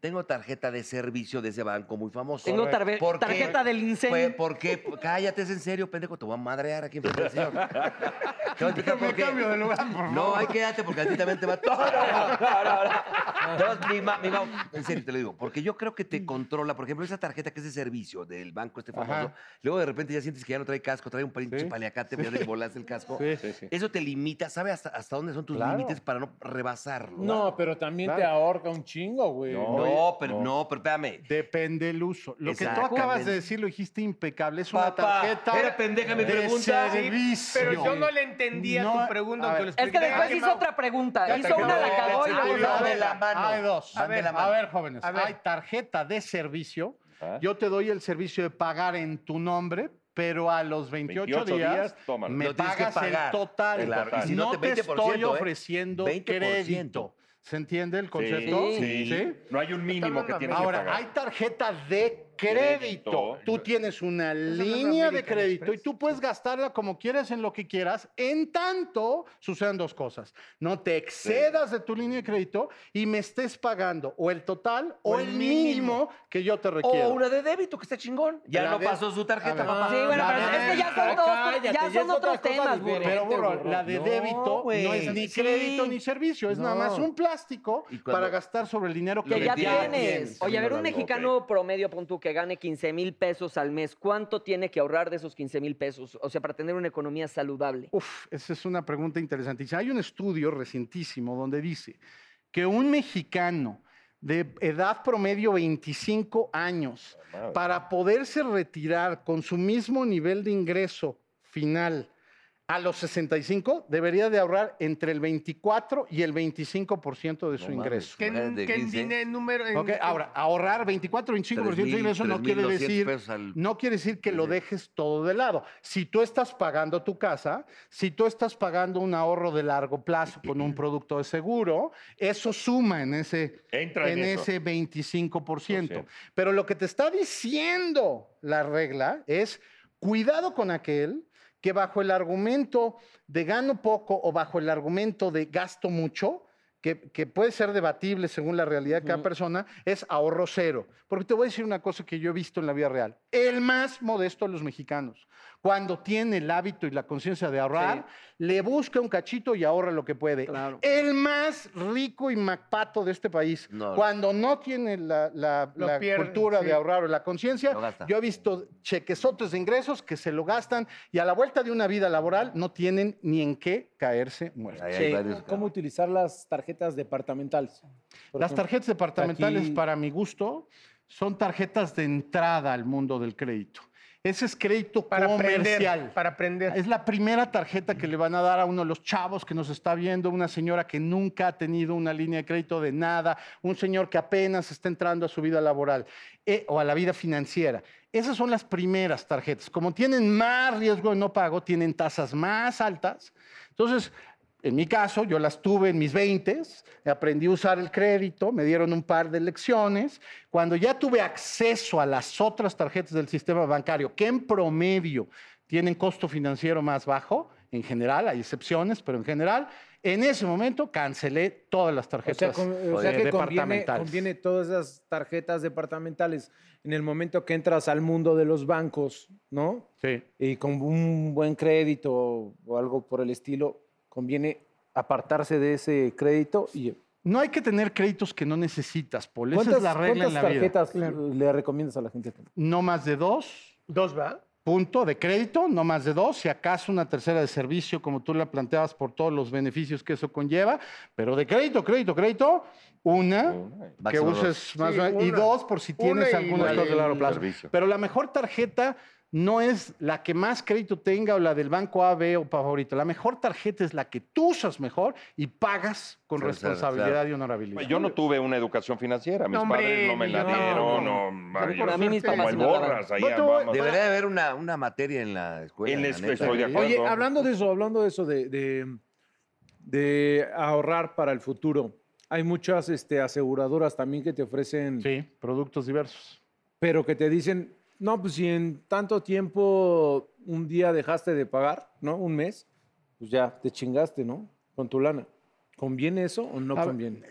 Speaker 2: Tengo tarjeta de servicio de ese banco muy famoso.
Speaker 6: Tengo tarbe-
Speaker 2: ¿Por qué?
Speaker 6: tarjeta del incendio.
Speaker 2: Pues, ¿Por qué? P- Cállate, es en serio, pendejo, te voy a madrear aquí en frente del señor. Te voy a explicar por qué.
Speaker 11: cambio de lugar, por favor.
Speaker 2: No, ahí quédate porque a ti también te va. No, no, no, no, no. Entonces, mi ma- mi Mau, en serio te lo digo, porque yo creo que te controla, por ejemplo, esa tarjeta que es de servicio del banco este famoso,
Speaker 11: Ajá.
Speaker 2: luego de repente ya sientes que ya no trae casco, trae un pinche paliacate, ya le volaste el casco.
Speaker 11: Sí.
Speaker 2: Eso te limita, ¿sabe hasta, hasta dónde son tus
Speaker 1: Claro.
Speaker 2: límites para no rebasarlo?
Speaker 1: No, pero también te
Speaker 2: Claro.
Speaker 1: ahorca un chingo, güey.
Speaker 2: No, pero no, pero espérame.
Speaker 11: Depende del uso. Lo que tú
Speaker 2: Exactamente.
Speaker 11: acabas de decir lo dijiste impecable. Es una
Speaker 2: Papá,
Speaker 11: tarjeta.
Speaker 2: era pendeja mi
Speaker 11: de
Speaker 2: pregunta.
Speaker 11: servicio.
Speaker 5: Pero yo no le entendía
Speaker 11: No,
Speaker 5: tu pregunta, aunque lo
Speaker 13: Es que
Speaker 5: explique.
Speaker 13: después
Speaker 5: Ah,
Speaker 13: hizo
Speaker 5: Mau.
Speaker 13: otra pregunta.
Speaker 5: Ya
Speaker 13: Hizo
Speaker 5: terminó.
Speaker 13: una, la cagó y
Speaker 5: Hay
Speaker 13: luego
Speaker 5: dos.
Speaker 13: hizo
Speaker 5: Hay
Speaker 13: otra.
Speaker 11: Hay dos.
Speaker 5: A
Speaker 11: A
Speaker 5: ver,
Speaker 11: ver,
Speaker 5: a ver,
Speaker 11: jóvenes.
Speaker 5: a ver.
Speaker 11: Hay tarjeta de servicio.
Speaker 4: Ah.
Speaker 11: Yo te doy el servicio de pagar en tu nombre, pero a los 28,
Speaker 4: 28
Speaker 11: días,
Speaker 4: días, tómalo.
Speaker 11: me
Speaker 4: Lo tienes que
Speaker 11: pagas
Speaker 4: pagar.
Speaker 11: el total.
Speaker 4: Claro. Y si
Speaker 11: no,
Speaker 4: no,
Speaker 11: te
Speaker 4: 20%,
Speaker 11: estoy
Speaker 4: ¿eh?
Speaker 11: ofreciendo
Speaker 4: 20%.
Speaker 11: crédito. ¿Se entiende el concepto?
Speaker 4: Sí, sí. No hay un mínimo que tienes que
Speaker 11: Ahora,
Speaker 4: pagar.
Speaker 11: hay tarjeta de crédito.
Speaker 4: Crédito.
Speaker 11: Tú tienes una
Speaker 4: no es la
Speaker 11: línea de
Speaker 4: American
Speaker 11: crédito y tú puedes gastarla como quieras en lo que quieras. En tanto, sucedan dos cosas. No te excedas de tu línea de crédito y me estés pagando o el total o, el mínimo, que yo te requiero.
Speaker 13: O una de débito, que está chingón. Ya
Speaker 11: La
Speaker 13: no
Speaker 11: de-
Speaker 13: pasó su tarjeta,
Speaker 11: A ver.
Speaker 13: papá.
Speaker 11: Sí, bueno, pero es que ya son Ah, todos- cállate, ya ya son es otra otros cosa temas, burro. diferente, Pero, burro, burro. la de No, débito güey. no es ni crédito ni servicio, es nada más un plástico para gastar sobre el dinero que,
Speaker 13: Que ya tienes.
Speaker 11: tienes.
Speaker 13: Oye, a ver, un
Speaker 11: Amigo,
Speaker 13: mexicano promedio, pon tú, que gane 15 mil pesos al mes, ¿cuánto tiene que ahorrar de esos 15 mil pesos? O sea, para tener una economía saludable.
Speaker 11: Uf, esa es una pregunta interesantísima. Hay un estudio recientísimo donde dice que un mexicano de edad promedio 25 años, para poderse retirar con su mismo nivel de ingreso final a los 65, debería de ahorrar entre el 24 y el 25% de su ingreso.
Speaker 5: Que en, que en dinero, en número. en-
Speaker 11: Ok, ahora, ahorrar 24, 25% de
Speaker 2: 3,000,
Speaker 11: ingreso no quiere
Speaker 2: 3,200
Speaker 11: decir
Speaker 2: pesos al-
Speaker 11: no quiere decir que lo dejes todo de lado. Si tú estás pagando tu casa, si tú estás pagando un ahorro de largo plazo con un producto de seguro, eso suma en ese
Speaker 4: Entra en eso.
Speaker 11: ese 25%. Pero lo que te está diciendo la regla es cuidado con aquel que bajo el argumento de gano poco o bajo el argumento de gasto mucho, que, que puede ser debatible según la realidad de cada persona, es ahorro cero. Porque te voy a decir una cosa que yo he visto en la vida real. El más modesto de los mexicanos, cuando tiene el hábito y la conciencia de ahorrar, le busca un cachito y ahorra lo que puede. El más rico y macpato de este país, cuando no tiene la, la-
Speaker 5: Lo
Speaker 11: la
Speaker 5: pierde,
Speaker 11: cultura
Speaker 5: sí.
Speaker 11: de ahorrar o la conciencia, yo he visto chequesotes de ingresos que se lo gastan y a la vuelta de una vida laboral no tienen ni en qué caerse muertos.
Speaker 12: Sí, ¿Cómo utilizar las tarjetas departamentales? Por
Speaker 11: Las
Speaker 12: ejemplo,
Speaker 11: tarjetas departamentales,
Speaker 12: aquí-
Speaker 11: para mi gusto, son tarjetas de entrada al mundo del crédito. Ese es crédito
Speaker 5: Para aprender,
Speaker 11: comercial. para aprender. Es la primera tarjeta que le van a dar a uno de los chavos que nos está viendo, una señora que nunca ha tenido una línea de crédito de nada, un señor que apenas está entrando a su vida laboral eh, o a la vida financiera. Esas son las primeras tarjetas. Como tienen más riesgo de no pago, tienen tasas más altas. Entonces, en mi caso, yo las tuve en mis 20, aprendí a usar el crédito, me dieron un par de lecciones. Cuando ya tuve acceso a las otras tarjetas del sistema bancario, que en promedio tienen costo financiero más bajo, en general, hay excepciones, pero en general, en ese momento cancelé todas las
Speaker 1: O sea,
Speaker 11: tarjetas
Speaker 1: con- o sea
Speaker 11: eh,
Speaker 1: que conviene,
Speaker 11: departamentales.
Speaker 1: conviene todas esas tarjetas departamentales en el momento que entras al mundo de los bancos, ¿no?
Speaker 11: Sí.
Speaker 1: Y con un buen crédito o algo por el estilo, conviene apartarse de ese crédito y...
Speaker 11: No hay que tener créditos que no necesitas, Paul. Esa
Speaker 1: ¿Cuántas,
Speaker 11: es la regla
Speaker 1: cuántas
Speaker 11: en la vida.
Speaker 1: tarjetas le recomiendas a la gente?
Speaker 11: No más de dos.
Speaker 5: Dos, ¿va?
Speaker 11: punto de crédito, no más de dos, si acaso una tercera de servicio, como tú la planteabas, por todos los beneficios que eso conlleva, pero de crédito, crédito, crédito, una, que
Speaker 2: máximo
Speaker 11: uses
Speaker 2: dos.
Speaker 11: más
Speaker 2: Sí,
Speaker 11: o menos, y
Speaker 2: una.
Speaker 11: dos por si tienes
Speaker 2: Una y-
Speaker 11: alguna cosa de largo plazo.
Speaker 2: Servicio.
Speaker 11: Pero la mejor tarjeta no es la que más crédito tenga o la del banco A, B o favorito. La mejor tarjeta es la que tú usas mejor y pagas con
Speaker 4: Claro, claro,
Speaker 11: responsabilidad
Speaker 4: claro.
Speaker 11: y honorabilidad.
Speaker 4: Pues Yo no tuve una educación financiera. Mis
Speaker 11: No, hombre,
Speaker 4: padres no me la
Speaker 11: ni yo.
Speaker 4: dieron.
Speaker 11: No,
Speaker 4: No,
Speaker 11: Yo por
Speaker 4: yo
Speaker 11: a mí mis
Speaker 4: como
Speaker 11: papás
Speaker 4: el
Speaker 11: me la daban.
Speaker 4: borras ahí,
Speaker 11: Bueno,
Speaker 4: vamos.
Speaker 2: Debería haber una, una materia en la escuela.
Speaker 4: En la
Speaker 2: neta.
Speaker 4: estoy de acuerdo.
Speaker 1: Oye, hablando de eso, hablando de eso, de, de- de ahorrar para el futuro, hay muchas este, aseguradoras también que te ofrecen...
Speaker 11: productos diversos.
Speaker 1: Pero que te dicen, no, pues si en tanto tiempo un día dejaste de pagar, ¿no? Un mes, pues ya te chingaste, ¿no? Con tu lana. ¿Conviene eso o no
Speaker 11: A ver,
Speaker 1: conviene?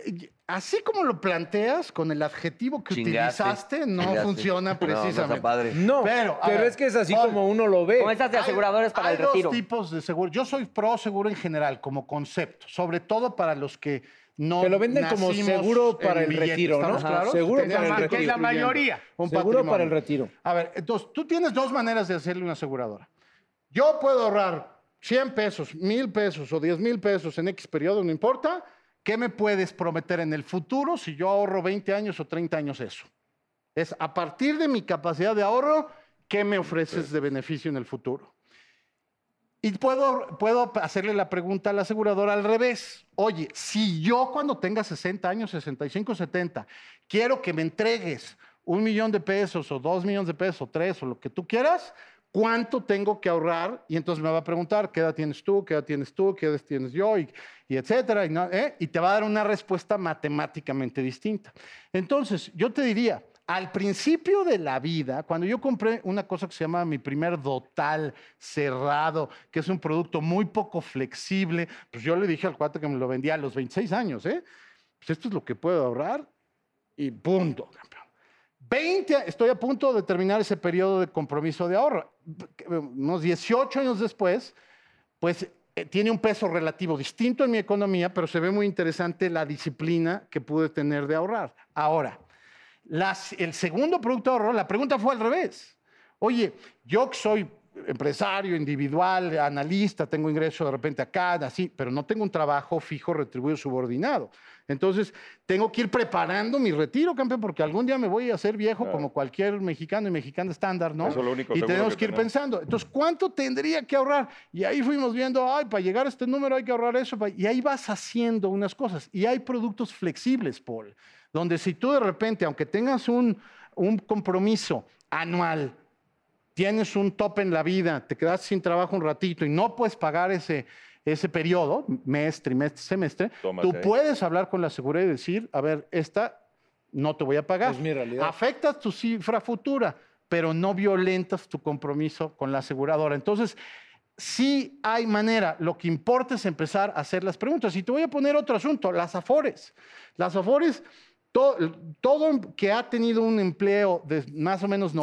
Speaker 11: Así como lo planteas, con el adjetivo que
Speaker 1: Chingaste,
Speaker 11: utilizaste, no
Speaker 1: chingaste.
Speaker 11: funciona
Speaker 1: No, no está
Speaker 11: precisamente. Mm.
Speaker 1: padre. No,
Speaker 11: pero, a
Speaker 1: pero
Speaker 11: ver,
Speaker 1: es que es así
Speaker 11: Paul,
Speaker 1: como uno lo ve.
Speaker 11: hay- hay dos tipos de seguro. Yo soy pro seguro en general, como concepto, sobre todo para los que no.
Speaker 1: Te lo venden como
Speaker 11: nacimos
Speaker 1: seguro
Speaker 11: en
Speaker 1: para el
Speaker 11: billete,
Speaker 1: retiro, ¿no?
Speaker 11: ¿estamos claros?
Speaker 1: Seguro
Speaker 11: Que
Speaker 1: para el
Speaker 11: es
Speaker 1: retiro.
Speaker 11: la mayoría. Un
Speaker 1: Seguro
Speaker 11: patrimonio.
Speaker 1: para el retiro.
Speaker 11: A ver, entonces tú tienes dos maneras de hacerle una aseguradora. Yo puedo ahorrar 100 pesos, 1000 pesos o 10 mil pesos en X periodo, no importa. ¿Qué me puedes prometer en el futuro si yo ahorro 20 años o 30 años eso? Es a partir de mi capacidad de ahorro, ¿qué me ofreces de beneficio en el futuro? Y puedo, puedo hacerle la pregunta al asegurador al revés. Oye, si yo cuando tenga 60 años, 65, 70, quiero que me entregues un millón de pesos o dos millones de pesos o tres o lo que tú quieras, ¿cuánto tengo que ahorrar? Y entonces me va a preguntar, ¿qué edad tienes tú? ¿Qué edad tienes tú? ¿Qué edad tienes yo? Y, y etcétera. Y, no- ¿eh? y te va a dar una respuesta matemáticamente distinta. Entonces, yo te diría, al principio de la vida, cuando yo compré una cosa que se llama mi primer dotal cerrado, que es un producto muy poco flexible, pues yo le dije al cuate que me lo vendía a los 26 años, ¿eh? Pues esto es lo que puedo ahorrar y punto. 20, estoy a punto de terminar ese periodo de compromiso de ahorro. Unos 18 años después, pues eh, tiene un peso relativo distinto en mi economía, pero se ve muy interesante la disciplina que pude tener de ahorrar. Ahora, las- el segundo producto de ahorro, la pregunta fue al revés. Oye, yo que soy empresario, individual, analista, tengo ingreso de repente acá, así, pero no tengo un trabajo fijo, retribuido, subordinado. Entonces, tengo que ir preparando mi retiro, campeón, porque algún día me voy a hacer viejo como cualquier mexicano y mexicana estándar, ¿no?
Speaker 4: Eso es lo único
Speaker 11: y
Speaker 4: seguro
Speaker 11: tenemos
Speaker 4: que
Speaker 11: que ir
Speaker 4: tenemos.
Speaker 11: pensando, entonces, ¿cuánto tendría que ahorrar? Y ahí fuimos viendo, ay, para llegar a este número hay que ahorrar eso, pa- y ahí vas haciendo unas cosas. Y hay productos flexibles, Paul, donde si tú de repente, aunque tengas un, un compromiso anual, tienes un top en la vida, te quedas sin trabajo un ratito y no puedes pagar ese, ese periodo, mes, trimestre, semestre,
Speaker 4: Tómate
Speaker 11: tú
Speaker 4: ahí.
Speaker 11: puedes hablar con la seguridad y decir, a ver, esta no te voy a pagar.
Speaker 1: Pues
Speaker 11: Afectas tu cifra futura, pero no violentas tu compromiso con la aseguradora. Entonces, sí hay manera. Lo que importa es empezar a hacer las preguntas. Y te voy a poner otro asunto, las afores. Las afores, to- todo em- que ha tenido un empleo de más o menos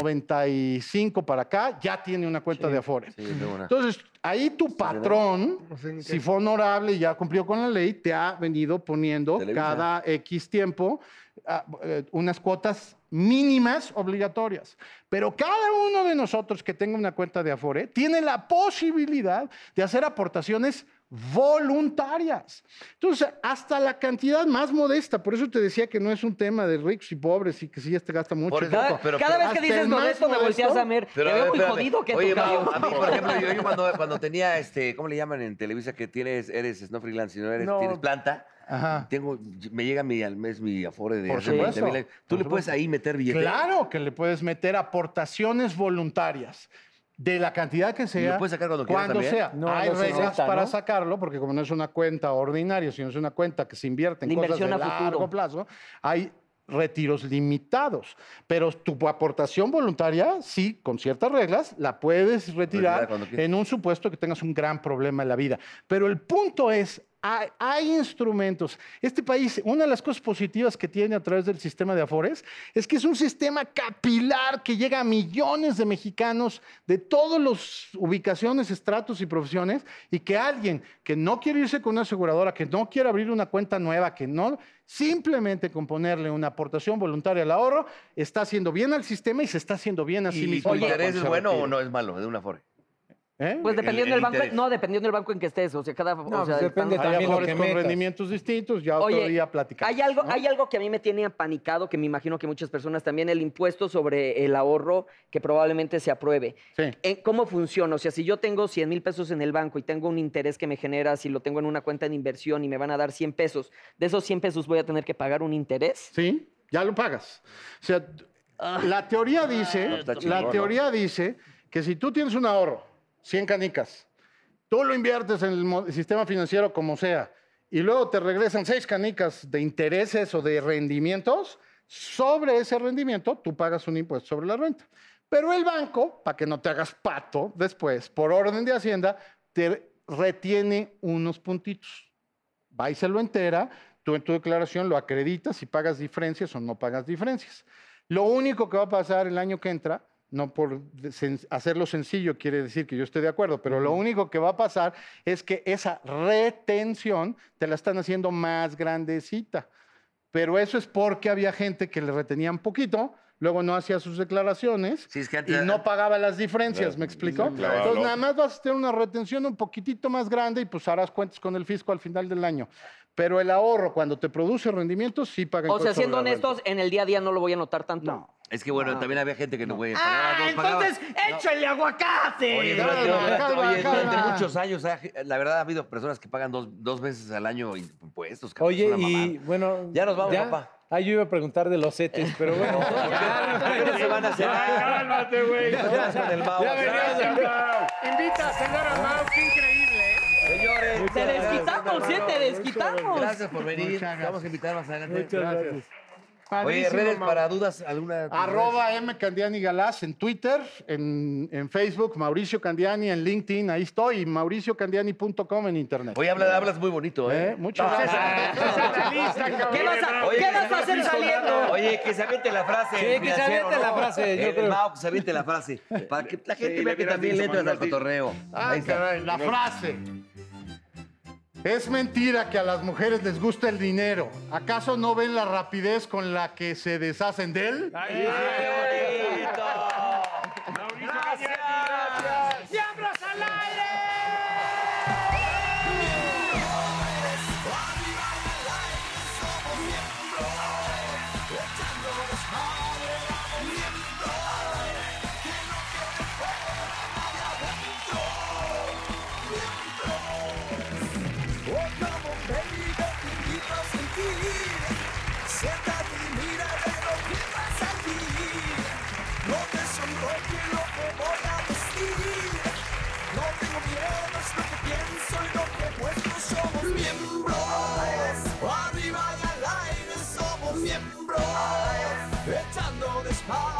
Speaker 11: 95 para acá, ya tiene una cuenta de afores. Entonces, ahí tu patrón, si fue honorable y ya cumplió con la ley, te ha venido poniendo cada X tiempo ah, eh, unas cuotas mínimas obligatorias. Pero cada uno de nosotros que tenga una cuenta de Afore tiene la posibilidad de hacer aportaciones voluntarias. Entonces, hasta la cantidad más modesta, por eso te decía que no es un tema de ricos y pobres y que si este gasta mucho.
Speaker 2: Por eso,
Speaker 11: poco.
Speaker 2: pero-
Speaker 11: Hasta
Speaker 2: pero-
Speaker 11: el más modesto-
Speaker 2: Pero, a ver, espérame. Oye,
Speaker 11: toca.
Speaker 2: Mau, a mí, por ejemplo, yo, yo cuando, cuando tenía, este, ¿cómo le llaman en Televisa que tienes, eres no freelance, sino eres,
Speaker 11: No.
Speaker 2: tienes planta?
Speaker 11: Ajá.
Speaker 2: Tengo, me llega mi, al mes mi afore de
Speaker 11: Por
Speaker 2: hace 20
Speaker 11: supuesto.
Speaker 2: mil. Tú
Speaker 11: Por
Speaker 2: le puedes
Speaker 11: supuesto.
Speaker 2: ahí meter billetes.
Speaker 11: Claro que le puedes meter aportaciones voluntarias. De la cantidad que sea.
Speaker 2: puedes sacar cuando quieras también?
Speaker 11: sea.
Speaker 2: No,
Speaker 11: Hay
Speaker 2: los
Speaker 11: reglas
Speaker 2: 60,
Speaker 11: para
Speaker 2: ¿no?
Speaker 11: sacarlo, porque como no es una cuenta ordinaria, sino es una cuenta que se invierte en
Speaker 6: Una
Speaker 11: cosas de
Speaker 6: inversión a futuro.
Speaker 11: largo plazo, hay retiros limitados. Pero tu aportación voluntaria, sí, con ciertas reglas, la puedes
Speaker 2: Retirar
Speaker 11: retirar
Speaker 2: cuando quieras.
Speaker 11: en en un supuesto que tengas un gran problema en la vida. Pero el punto es, hay, hay instrumentos. Este país, una de las cosas positivas que tiene a través del sistema de Afores es que es un sistema capilar que llega a millones de mexicanos de todas las ubicaciones, estratos y profesiones y que alguien que no quiere irse con una aseguradora, que no quiere abrir una cuenta nueva, que no, simplemente con ponerle una aportación voluntaria al ahorro, está haciendo bien al sistema y se está haciendo bien a sí
Speaker 2: ¿Y
Speaker 11: mismo.
Speaker 2: tu
Speaker 11: para
Speaker 2: interés
Speaker 11: cuando
Speaker 2: es
Speaker 11: se
Speaker 2: bueno o
Speaker 11: retire.
Speaker 2: no es malo de una afore?
Speaker 11: ¿Eh?
Speaker 13: Pues
Speaker 2: El-
Speaker 13: dependiendo
Speaker 2: el
Speaker 13: del banco,
Speaker 2: interés. pues,
Speaker 13: no, dependiendo del banco en que estés, o sea, cada... o sea,
Speaker 11: Hay
Speaker 13: están-
Speaker 11: afores con rendimientos distintos, ya otro
Speaker 13: Oye,
Speaker 11: día platicamos.
Speaker 13: Hay algo,
Speaker 11: ¿no?
Speaker 13: hay algo que a mí me tiene apanicado, que me imagino que muchas personas también, el impuesto sobre el ahorro que probablemente se apruebe. Eh, ¿Cómo funciona? O sea, si yo tengo 100 mil pesos en el banco y tengo un interés que me genera, si lo tengo en una cuenta de inversión y me van a dar 100 pesos, de esos 100 pesos voy a tener que pagar un interés.
Speaker 11: Sí, ya lo pagas. O sea, la teoría
Speaker 13: no
Speaker 11: dice,
Speaker 13: Ah, está chingón,
Speaker 11: la
Speaker 13: ¿no?
Speaker 11: teoría dice que si tú tienes un ahorro, 100 canicas, tú lo inviertes en el mo- sistema financiero como sea, y luego te regresan 6 canicas de intereses o de rendimientos, sobre ese rendimiento tú pagas un impuesto sobre la renta. Pero el banco, para que no te hagas pato después, por orden de Hacienda, te retiene unos puntitos va y se lo entera, tú en tu declaración lo acreditas si pagas diferencias o no pagas diferencias. Lo único que va a pasar el año que entra, no por de- sen- hacerlo sencillo quiere decir que yo estoy de acuerdo, pero lo único que va a pasar es que esa retención te la están haciendo más grandecita. Pero eso es porque había gente que le retenían poquito, luego no hacía sus declaraciones y no pagaba las diferencias, ¿me explico?
Speaker 14: se clavaba
Speaker 11: Entonces,
Speaker 14: loco.
Speaker 11: nada más vas a tener una retención un poquitito más grande y pues harás cuentas con el fisco al final del año. Pero el ahorro, cuando te produce rendimientos, sí pagan
Speaker 13: O sea,
Speaker 11: impuesto sobre
Speaker 13: siendo
Speaker 11: la renta.
Speaker 13: honestos, en el día a día no lo voy a notar tanto.
Speaker 2: Es que bueno, también había gente que no, güey. pagaba,
Speaker 6: Ah,
Speaker 2: no pagaba.
Speaker 6: entonces, échale aguacate.
Speaker 2: Oye, durante, oye, durante muchos años, ah, la verdad ha habido personas que pagan dos, dos veces al año impuestos. cabrón, es
Speaker 12: Oye,
Speaker 2: una
Speaker 12: y bueno.
Speaker 2: Ya nos vamos, papá.
Speaker 12: Ah, yo iba a preguntar de los setes, pero bueno.
Speaker 2: mamada. Se van a hacer-
Speaker 4: Cálmate, güey.
Speaker 12: Ya, ya,
Speaker 2: Con el Mao.
Speaker 12: ya venías de-
Speaker 5: Invita a cenar a Mao, qué increíble. ¿eh?
Speaker 2: Señores,
Speaker 5: Te
Speaker 2: muchas gracias,
Speaker 5: desquitamos,
Speaker 2: hermano.
Speaker 5: ¿eh? Te desquitamos.
Speaker 2: Gracias por venir.
Speaker 5: Muchas gracias.
Speaker 2: Vamos a invitar más adelante.
Speaker 11: Muchas gracias.
Speaker 2: Oye,
Speaker 11: Padrísimo,
Speaker 2: redes
Speaker 11: Mau.
Speaker 2: para dudas, alguna.
Speaker 11: Arroba M Candiani Galás en Twitter, en, en Facebook, Mauricio Candiani en LinkedIn, ahí estoy, y mauriciocandiani.com en internet.
Speaker 2: Oye, habla- hablas muy bonito, ¿eh?
Speaker 11: ¿Eh? Muchas gracias.
Speaker 13: Ah,
Speaker 2: ¿Qué vas a,
Speaker 11: Oye, que se
Speaker 2: hacer
Speaker 11: aviente
Speaker 2: saliendo?
Speaker 11: la-
Speaker 2: Oye, que se aviente la
Speaker 11: Sí,
Speaker 2: frase.
Speaker 11: que se
Speaker 2: financiero,
Speaker 11: aviente la
Speaker 2: ¿no?
Speaker 11: frase, yo
Speaker 2: El
Speaker 11: creo.
Speaker 2: Mao, que se aviente la frase. Para que la gente
Speaker 11: Sí,
Speaker 2: vea
Speaker 11: le
Speaker 2: que
Speaker 11: hubieras
Speaker 2: también
Speaker 11: dicho,
Speaker 2: le entras al
Speaker 11: Manuel, sí.
Speaker 2: cotorreo.
Speaker 11: Ah,
Speaker 2: Ahí está.
Speaker 11: caray, la
Speaker 2: No.
Speaker 11: frase. Es mentira que a las mujeres les gusta el dinero. ¿Acaso no ven la rapidez con la que se deshacen de él?
Speaker 7: ¡Miembros al aire!
Speaker 15: Oh, como baby, te invito a sentir. Siéntate y mira de lo que pasa aquí. No te sonroje lo que voy a decir. No tengo miedo, es lo que pienso y lo que muestro. Somos miembros. Arriba y al aire somos miembros. Echando despacio.